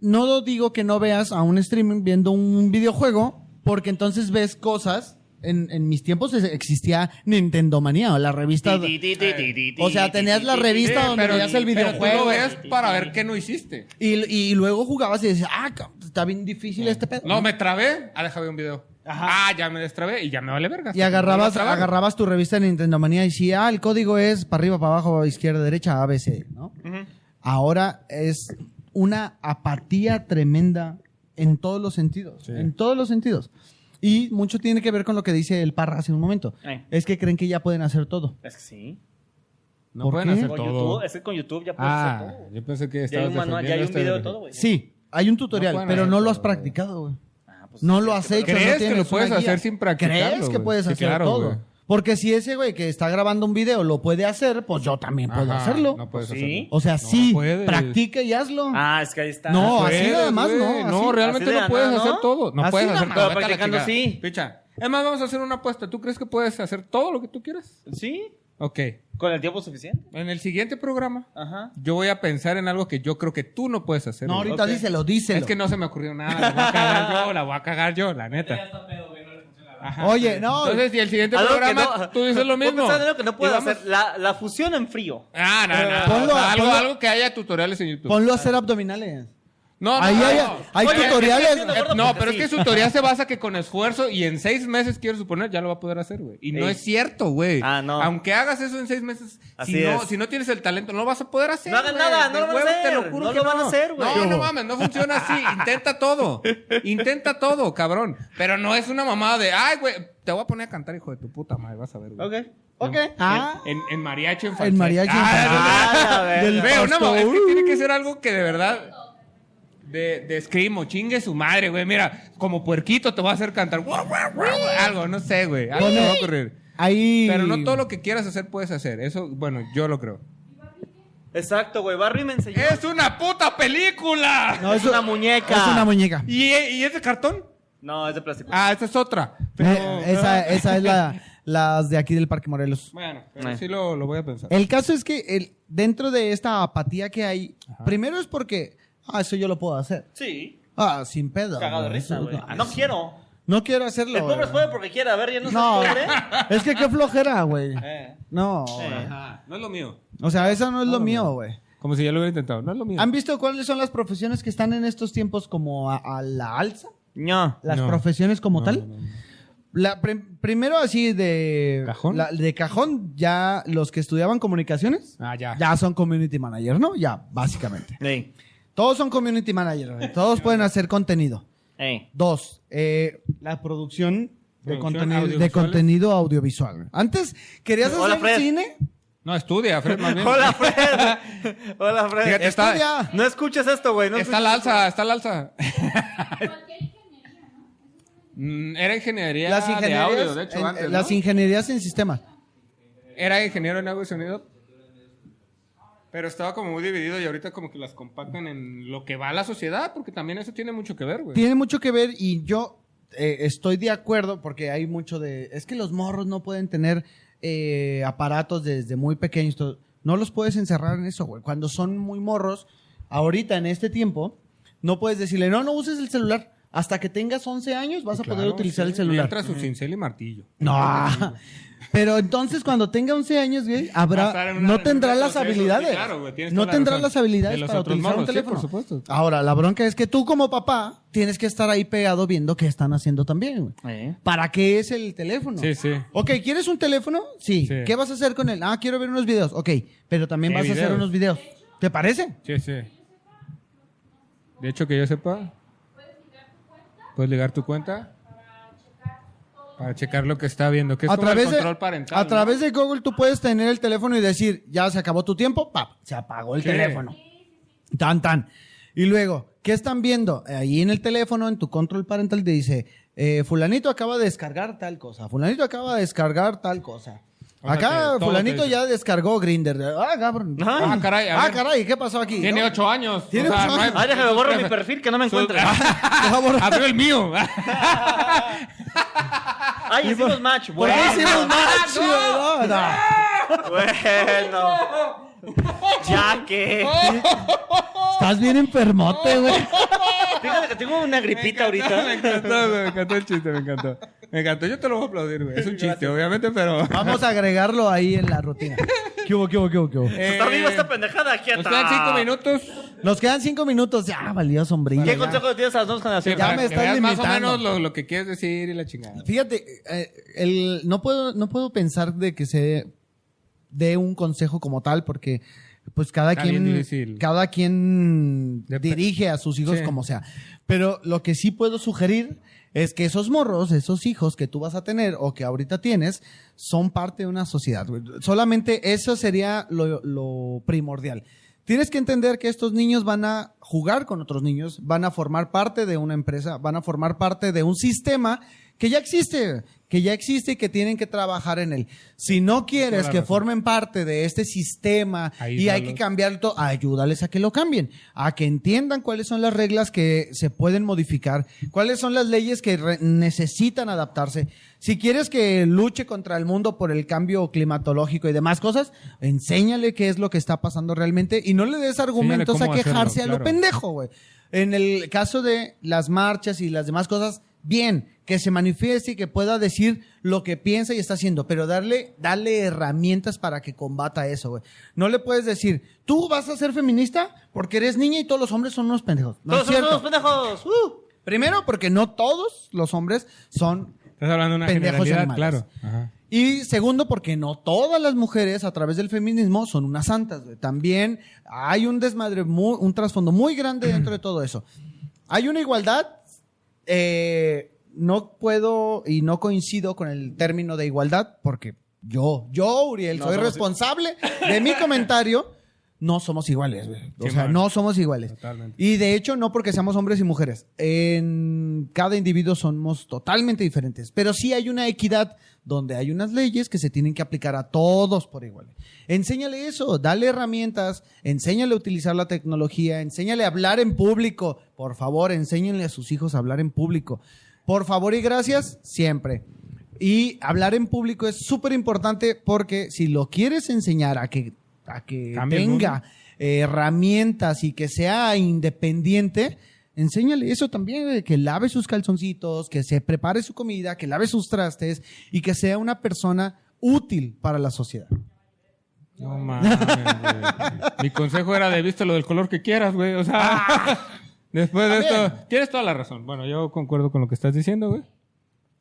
no digo que no veas a un streaming viendo un videojuego, porque entonces ves cosas. En, en mis tiempos es- existía Nintendo Manía, o la revista. Ti, ti, ti, ti, ti, ti, O sea, ti, tenías ti, la ti, revista ti. donde veías el Pero tú videojuego. lo ves para ver qué no hiciste. Y, y luego jugabas y decías, ah, cabrón, está bien difícil este pedo. No, me trabé. Ah, déjame ver un video. Ah, ya me destrabé y ya me vale verga. Y agarrabas, Me voy a trabar. agarrabas tu revista de Nintendo Manía y decía, ah, el código es para arriba, para abajo, izquierda, derecha, ABC, ¿no? Ahora es una apatía tremenda en todos los sentidos. En todos los sentidos. Y mucho tiene que ver con lo que dice el Parra hace un momento. Eh. Ay. Es que creen que ya pueden hacer todo. Es que sí. No ¿Por pueden qué? hacer Con todo. YouTube, es que con YouTube ya puedes hacer Ah, todo. yo pensé que Ya hay estabas un manual, ya hay un defendiendo video este- de todo, güey. Sí, hay un tutorial, pueden pero hacer no lo todo, has güey. practicado, güey. Ah, pues, No lo es has hecho. ¿Crees no que tienes lo una puedes guía. hacer sin practicarlo, ¿Crees que güey? puedes Sí, hacer claro, todo? güey. Porque si ese güey que está grabando un video lo puede hacer, pues yo también puedo Ajá, hacerlo. No puedes Pues Sí. hacerlo. o sea, sí, puedes. practica y hazlo. Ah, es que ahí está. No, Puedes, así nada más güey. no, así- no, realmente así de no puedes nada, ¿no? hacer todo. No Así puedes nada hacer más. todo. Pero Vete a la practicando chingada. sí. Picha. Además, vamos a hacer una apuesta. ¿Tú crees que puedes hacer todo lo que tú quieras? Sí, Ok. con el tiempo suficiente. En el siguiente programa, Ajá. yo voy a pensar en algo que yo creo que tú no puedes hacer. no, güey. ahorita díselo, díselo. Es que no se me ocurrió nada. La voy a cagar yo, la voy a cagar yo, la neta. Ajá. Oye, no. Entonces, si el siguiente Algo que programa no- tú dices lo Voy mismo. pensando en algo que no puedo Y vamos- hacer. La, la fusión en frío. Ah, no, no. Ponlo- O sea, algo, ponlo- algo que haya tutoriales en YouTube. Ponlo a hacer abdominales. No, no, Ahí no, hay, no. hay Oye, tutoriales. estoy haciendo- Eh, no, pero es que Sí. su teoría se basa que con esfuerzo y en seis meses, quiero suponer, ya lo va a poder hacer, güey. Y no Ey. es cierto, güey. Ah, no. Aunque hagas eso en seis meses, Así si es. no, si no tienes el talento, no lo vas a poder hacer. No hagan güey. nada, no De lo van a huevo, hacer, Te lo juro no que lo van a hacer, güey. No, ¿Qué no hubo? mames, no funciona así. Intenta todo. Intenta todo, cabrón. Pero no es una mamada de, ay, güey, te voy a poner a cantar, hijo de tu puta madre, vas a ver, güey. Ok. Ok. Ah, En, en mariachi en el falsete. mariachi. Ah, Ah, la verga. Del Veo, no, pastor. es que tiene que ser algo que de verdad. de, de Screamo, chingue su madre, güey. Mira, como puerquito te va a hacer cantar. guau, guau, guau, Algo, no sé, güey. Algo te va a ocurrir. Ahí. Pero no todo lo que quieras hacer puedes hacer. Eso, bueno, yo lo creo. Exacto, güey. Barry me enseñó. ¡Es una puta película! No, es una muñeca. Es una muñeca. Eh, ¿Y, ¿Y es de cartón? No, es de plástico. Ah, esa es otra. Eh, esa, esa es la, las de aquí del Parque Morelos. Bueno, pero sí lo, lo voy a pensar. El caso es que el, dentro de esta apatía que hay, primero es porque, ah, eso yo lo puedo hacer. Sí. Ah, sin pedo. Cagado de güey. risa, güey. Ah, No sí. quiero. No quiero hacerlo. El pobre güey. es pobre porque quiere. A ver, ya no, No, soy pobre. es que qué flojera, güey. Eh, No, güey. eh. Ajá, Ah, no es lo mío. o sea, eso no es lo mío, güey. Como si ya lo hubiera intentado. No es lo mío. ¿Han visto cuáles son las profesiones que están en estos tiempos como a, a la alza? No. Las No. profesiones como No, tal. no, no. La prim- primero así de ¿Cajón? la- de cajón ya los que estudiaban comunicaciones Ah, ya. ya son community manager, ¿no? Ya básicamente. Ey, Todos son community manager, güey. todos pueden hacer contenido. ey. Dos, eh, la producción de Producción contenido, de audiovisual. contenido audiovisual. güey. Antes querías Hola, hacer Fred. cine, No, estudia, Fred, más bien. Hola, Fred. Hola, Fred. Fíjate, está- Estudia. No escuches esto, güey. No pues, Está escuches- la alza, está la alza. Cualquier ingeniería, ¿no? Mm, Era ingeniería las de ingenierías, audio, de hecho, en, antes, las ¿no? ingenierías en sistemas. Era ingeniero en audio y sonido. Pero estaba como muy dividido y ahorita como que las compactan en lo que va a la sociedad, porque también eso tiene mucho que ver, güey. Tiene mucho que ver y yo eh, estoy de acuerdo porque hay mucho de... Es que los morros no pueden tener eh, aparatos desde muy pequeños. to- No los puedes encerrar en eso, güey. Cuando son muy morros, ahorita en este tiempo, no puedes decirle, no, no uses el celular. Hasta que tengas 11 años vas a Claro, poder utilizar sí. el celular. Le Entra su cincel y martillo. No. Pero entonces cuando tenga 11 años, güey, Pasar en habrá, una no tendrá reunión de las procesos, habilidades. sí, claro, güey, tienes no toda la tendrá razón. las De habilidades los para otros utilizar morros, un sí, teléfono. por supuesto. Ahora, la bronca es que tú como papá tienes que estar ahí pegado viendo qué están haciendo también, güey. Eh. ¿Para qué es el teléfono? Sí, sí. Ok, ¿quieres un teléfono? Sí. Sí. ¿Qué vas a hacer con él? Ah, quiero ver unos videos. Ok, pero también ¿Qué vas a hacer videos? unos videos. ¿Te parece? Sí, sí. De hecho, que yo sepa, puedes ligar tu cuenta para checar lo que está viendo, que es a como través, el control de, parental. a ¿no? través de Google tú puedes tener el teléfono y decir, ya se acabó tu tiempo, pap, se apagó el Sí. teléfono. Tan, tan. Y luego, ¿qué están viendo? Ahí en el teléfono, en tu control parental, te dice, eh, fulanito acaba de descargar tal cosa, fulanito acaba de descargar tal cosa. O sea, que Acá todo te fulanito dice. ya descargó Grinder. Ah, cabrón. Ah, caray, a Ah, ver. caray, ¿qué pasó aquí? Tiene No. ocho años. Tiene ocho no hay- años. Ay, déjame borro mi perfil que no me encuentre. Por favor. Abrió el mío. Ay, hicimos match. ¿Por qué hicimos Bueno, match? No, no. bueno. Ya que. Estás bien enfermote, güey. Fíjate que tengo una gripita ahorita. Me encantó, güey, me encantó el chiste, me encantó. Me encantó, yo te lo voy a aplaudir, güey. Es un chiste, obviamente, pero... Vamos a agregarlo ahí en la rutina. ¿Qué hubo, qué hubo, qué hubo, qué hubo? Está Eh, viva esta pendejada, Nos quieta. quedan cinco minutos. Nos quedan cinco minutos. Ya, valió sombrilla. ¿Qué consejo tienes a las dos Sí, generaciones? Ya para me que estás veas Más o limitando. menos lo, lo que quieres decir y la chingada. Fíjate, eh, el, no, puedo, no puedo pensar de que se dé un consejo como tal, porque pues cada Está bien difícil. quien, cada quien Dep- dirige a sus hijos Sí. como sea. Pero lo que sí puedo sugerir es que esos morros, esos hijos que tú vas a tener o que ahorita tienes, son parte de una sociedad. güey. Solamente eso sería lo, lo primordial. Tienes que entender que estos niños van a jugar con otros niños, van a formar parte de una empresa, van a formar parte de un sistema que ya existe, que ya existe y que tienen que trabajar en él. Si no quieres la que razón. formen parte de este sistema y hay que Aíslalos. cambiar todo, ayúdales a que lo cambien, a que entiendan cuáles son las reglas que se pueden modificar, cuáles son las leyes que re- necesitan adaptarse. Si quieres que luche contra el mundo por el cambio climatológico y demás cosas, enséñale qué es lo que está pasando realmente y no le des argumentos a cómo hacerlo, quejarse a lo claro. pendejo, güey. En el caso de las marchas y las demás cosas, bien, que se manifieste y que pueda decir lo que piensa y está haciendo, pero darle, darle herramientas para que combata eso, güey. No le puedes decir, tú vas a ser feminista porque eres niña y todos los hombres son unos pendejos. No Todos es son cierto. unos pendejos. Uh. Primero, porque no todos los hombres son Estás hablando de una Pendejos y generalidad, animales. claro. Ajá. y segundo, porque no todas las mujeres a través del feminismo son unas santas. güey. También hay un desmadre, mu- un trasfondo muy grande dentro de todo eso. Hay una igualdad. eh, no puedo y no coincido con el término de igualdad porque yo, yo, Uriel, soy responsable de mi comentario. no somos iguales, güey. O Sí, sea, man. no somos iguales. Totalmente. Y de hecho, no porque seamos hombres y mujeres. En cada individuo somos totalmente diferentes. Pero sí hay una equidad donde hay unas leyes que se tienen que aplicar a todos por igual. Enséñale eso, dale herramientas, enséñale a utilizar la tecnología, enséñale a hablar en público. Por favor, enséñenle a sus hijos a hablar en público. Por favor y gracias, siempre. Y hablar en público es súper importante porque si lo quieres enseñar a que, a que Cambie el tenga eh, herramientas y que sea independiente, enséñale eso también, güey, que lave sus calzoncitos, que se prepare su comida, que lave sus trastes y que sea una persona útil para la sociedad. No mames, güey. Mi consejo era de vístelo del color que quieras, güey. O sea, Ah. después de esto, tienes toda la razón. Bueno, yo concuerdo con lo que estás diciendo, güey.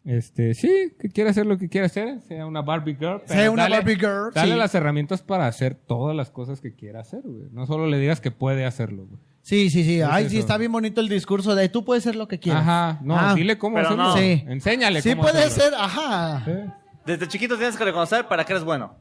Este, sí, que quiera hacer lo que quiera hacer, sea una Barbie girl. pero Sea una Barbie girl, Dale sí. las herramientas para hacer todas las cosas que quiera hacer, güey. No solo le digas que puede hacerlo, güey. Sí, sí, sí. Ay, sí, eso. está bien bonito el discurso de tú puedes ser lo que quieras. Ajá, no, Ah, dile cómo pero hacerlo. no. Sí. Enséñale Sí cómo puede hacerlo. ser, ajá. Sí. Desde chiquito tienes que reconocer para qué eres bueno.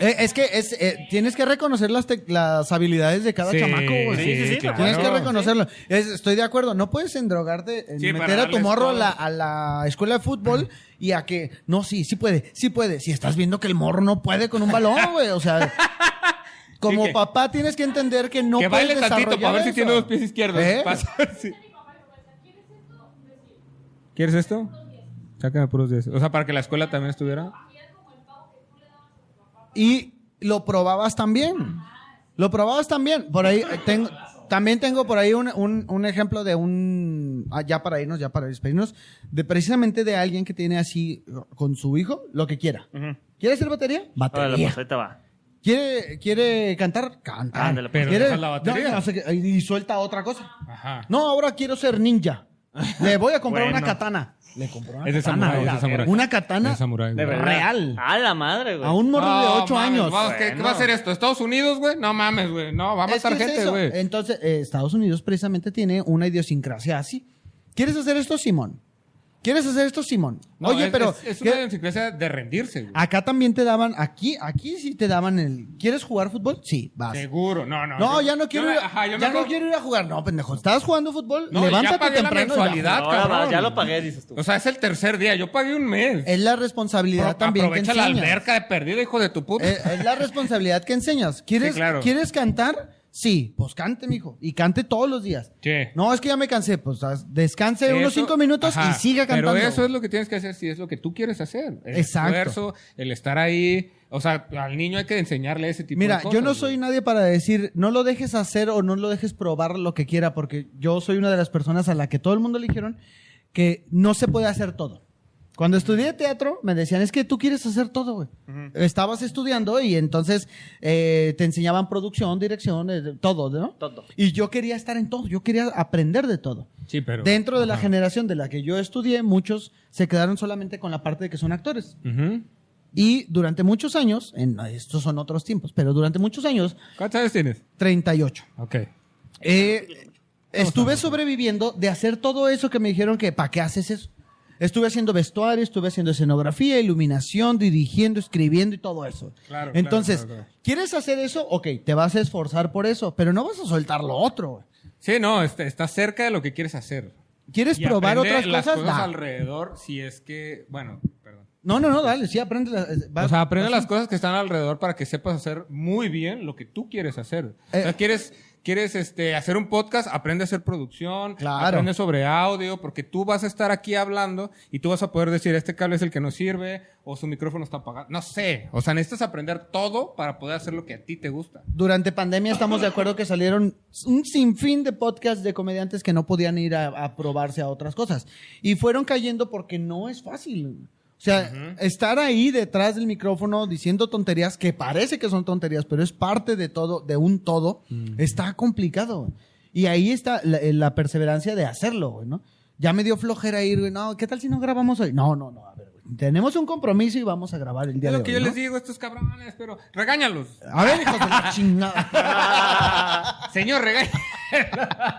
Eh, es que es, eh, tienes que reconocer las, tec- las habilidades de cada Sí, chamaco, güey. Sí, sí, sí, claro. Tienes que reconocerlo. Es- estoy de acuerdo. No puedes endrogarte, en Sí, para meter a tu darles morro a todo. la, a la escuela de fútbol y a que, no, sí, sí puede, sí puede. Si estás viendo que el morro no puede con un balón, güey. O sea, como Sí, que- papá tienes que entender que no que puedes baile tantito para desarrollar ver si eso. tiene dos pies izquierdos. ¿Eh? Para saber si- ¿Quieres esto? Sácame puros 10. O sea, para que la escuela también estuviera. Y lo probabas también. Lo probabas también. Por ahí eh, tengo, también tengo por ahí un, un- un ejemplo de un ah, ya para irnos, ya para despedirnos, de precisamente de alguien que tiene así eh, con su hijo lo que quiera. ¿Quiere ser batería? Órale, Batería. pues ahí te va. ¿Quiere, quiere cantar, canta. Ándale, pues, pero ¿Quiere- deja la batería. no, no sé qué- y suelta otra cosa. Ajá. No, ahora quiero ser ninja. Le voy a comprar una Bueno. katana. Le compró una Es de katana. samurái, es de la samurái. verga. Una katana Es samurái, güey. real. A la madre, güey. A un morro de No, 8 mames, años. vamos, ¿qué, qué va a hacer esto? ¿Estados Unidos, güey? No mames, güey. No, va a Es matar que es gente, eso. güey. Entonces, eh, Estados Unidos precisamente tiene una idiosincrasia así. ¿Quieres hacer esto, Simón? ¿Quieres hacer esto, Simón? No, Oye, es- pero Es, es ¿qué- Ah, una enciclopedia de rendirse, güey. acá también te daban, aquí, aquí sí te daban el. ¿Quieres jugar fútbol? Sí, vas. Seguro. No, no. No, yo- ya no quiero yo me- ir. a- Ajá, yo ya me no acuerdo- quiero ir a jugar. No, pendejo. Estabas jugando fútbol. No, y ya levántate pagué la temprano. y va a jugar. mensualidad. Ahora cabrón. va, ya lo pagué, dices tú. O sea, es el tercer día. Yo pagué un mes. Es la responsabilidad Pro- también que Aprovecha la enseñas. alberca de perdida, hijo de tu puta. Eh, Es, la responsabilidad que enseñas. ¿Quieres, Sí, claro. ¿Quieres cantar? Sí, pues cante, mijo. Y cante todos los días. Sí. No, es que ya me cansé. Pues haz- descanse Eso- unos cinco minutos ajá, y siga cantando. Pero eso es lo que tienes que hacer si es lo que tú quieres hacer. El Exacto. esfuerzo, el estar ahí. O sea, al niño hay que enseñarle ese tipo Mira, de cosas. yo no güey. soy nadie para decir, no lo dejes hacer o no lo dejes probar lo que quiera, porque yo soy una de las personas a la que todo el mundo le dijeron que no se puede hacer todo. Cuando estudié teatro, me decían, es que tú quieres hacer todo, güey. Estabas estudiando y entonces eh, te enseñaban producción, dirección, eh, todo, ¿no? Todo. Y yo quería estar en todo, yo quería aprender de todo. Sí, pero- Dentro de la generación de la que yo estudié, muchos se quedaron solamente con la parte de que son actores. Ujú. Y durante muchos años, en, estos son otros tiempos, pero durante muchos años, ¿Cuántos años tienes? 38. Ok. Eh, estuve sobreviviendo de hacer todo eso que me dijeron que, ¿para qué haces eso? Estuve haciendo vestuario, estuve haciendo escenografía, iluminación, dirigiendo, escribiendo y todo eso. Claro, Entonces, claro, claro, claro. ¿quieres hacer eso? Ok, te vas a esforzar por eso, pero no vas a soltar lo otro. güey. Sí, no, está, está cerca de lo que quieres hacer. ¿Quieres Y probar aprende otras las cosas? Da. alrededor si es que... Bueno, perdón. No, no, no, dale, sí, aprende. la- eh, va- o sea, aprende vas- las cosas que están alrededor para que sepas hacer muy bien lo que tú quieres hacer. o Eh. sea, quieres, quieres este, hacer un podcast, aprende a hacer producción, Claro. aprende sobre audio, porque tú vas a estar aquí hablando y tú vas a poder decir, este cable es el que no sirve o su micrófono está apagado. No sé. O sea, necesitas aprender todo para poder hacer lo que a ti te gusta. Durante pandemia estamos de acuerdo que salieron un sinfín de podcasts de comediantes que no podían ir a, a probarse a otras cosas. Y fueron cayendo porque no es fácil. O sea, estar ahí detrás del micrófono diciendo tonterías que parece que son tonterías, pero es parte de todo, de un todo, está complicado. Y ahí está la, eh, la perseverancia de hacerlo, güey, ¿no? Ya me dio flojera ir, güey. No, ¿qué tal si no grabamos hoy? No, no, no, a ver, güey. Tenemos un compromiso y vamos a grabar el día Es de lo hoy. que yo ¿no? les digo a estos cabrones, pero regáñalos. A ver, hijos de la chingada. Señor, regáñalos.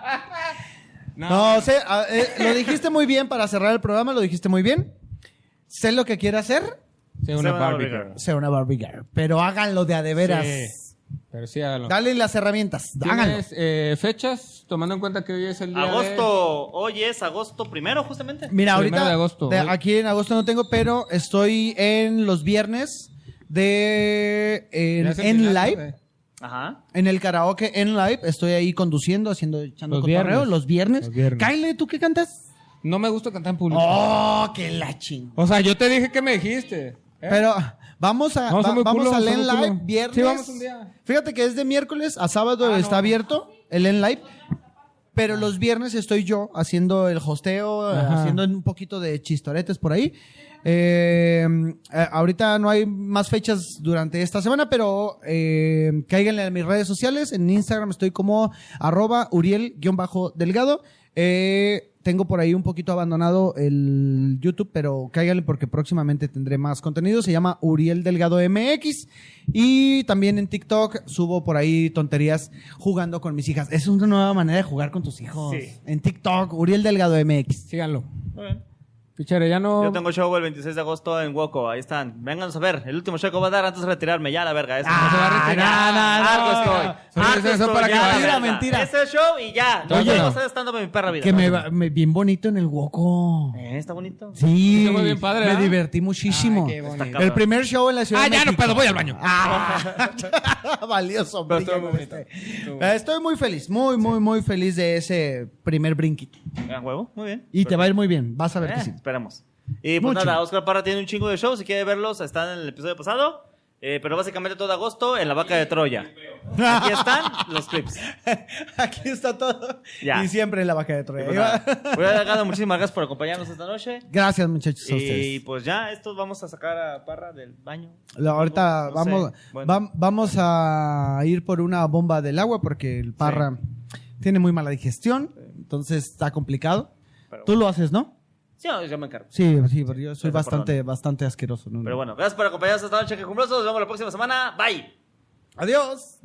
No, sé, a- eh, lo dijiste muy bien para cerrar el programa, lo dijiste muy bien. Sé lo que quiere hacer, Sé una Se van a Barbie obligar. girl. sea una Barbie girl, pero háganlo de a de veras. Sí. Pero sí, hágalo. Dale las herramientas. Háganlo. ¿Tienes eh, fechas? Tomando en cuenta que hoy es el día de- Agosto, hoy es agosto primero, justamente. Mira, Primero ahorita de agosto, ¿eh? de- hoy. aquí en agosto no tengo, pero estoy en los viernes de en, Ya es el en final, live. ¿no? Ajá. En el karaoke en live, estoy ahí conduciendo, haciendo echando Los cotorreo viernes. los viernes. Los viernes. Kyle, ¿tú qué cantas? No me gusta cantar en público. Oh, qué la ching. O sea, yo te dije que me dijiste. ¿eh? Pero vamos a Vamos a va- muy vamos culo, al vamos a en muy live culo. viernes. Sí, vamos un día. Fíjate que es de miércoles a sábado Ah, está no. abierto el en live. Pero los viernes estoy yo haciendo el hosteo, eh, Ajá. haciendo un poquito de chistoretes por ahí. Eh, eh, ahorita no hay más fechas durante esta semana, pero eh, cáiganle a mis redes sociales. En Instagram estoy como arroba uriel-delgado. Eh, tengo por ahí un poquito abandonado el YouTube, pero cáiganle porque próximamente tendré más contenido. Se llama Uriel Delgado MX. Y también en TikTok subo por ahí tonterías jugando con mis hijas. Es una nueva manera de jugar con tus hijos. Sí. En TikTok, Uriel Delgado MX. Síganlo. Muy bien. Picharellano. Yo tengo show el 26 de agosto en Woco, ahí están. Vénganos a ver, el último show que voy a dar antes de retirarme, ya la verga. Eso Ah, No se va a retirar. Algo no, estoy. no, no. Algo Eso es estoy, para que ya, vaya. verga. Mentira, mentira. Ese es el show y ya. No Oye. tengo estar estando en mi perra vida. Que me, va- me- bien bonito en el Woco. Eh, está bonito. Sí, Estuvo bien padre, me ¿verdad? divertí muchísimo. Ay, qué bonito. el primer show en la ciudad. Ah, de ya no México. puedo, voy al baño. Ah, valioso. Pero estuvo brillo, muy bonito. este. Estuvo Eh, Estoy muy feliz, muy, muy, muy feliz de ese primer brinquito. A huevo, muy bien. Y te va a ir muy bien, vas a Eh. ver que sí. Esperamos. Y pues Mucho. nada, Oscar Parra tiene un chingo de shows. Si quiere verlos, están en el episodio pasado. Eh, pero básicamente todo agosto en la vaca de Troya. Aquí están los clips. Aquí está todo. Ya. Y siempre en la vaca de Y Troya. pues nada, Voy a dar muchísimas gracias por acompañarnos esta noche. Gracias, muchachos, a Y ustedes. pues ya, estos vamos a sacar a Parra del baño. La- Ahorita No sé, vamos, bueno. vam- vamos a ir por una bomba del agua porque el parra tiene muy mala digestión, entonces está complicado. Pero Tú bueno. lo haces, ¿no? Sí, no, yo me encargo. Sí, sí, pero yo soy Eso, bastante, bastante asqueroso. ¿no? Pero bueno, gracias por acompañarnos esta noche, quejumbrosos. Nos vemos la próxima semana. Bye. Adiós.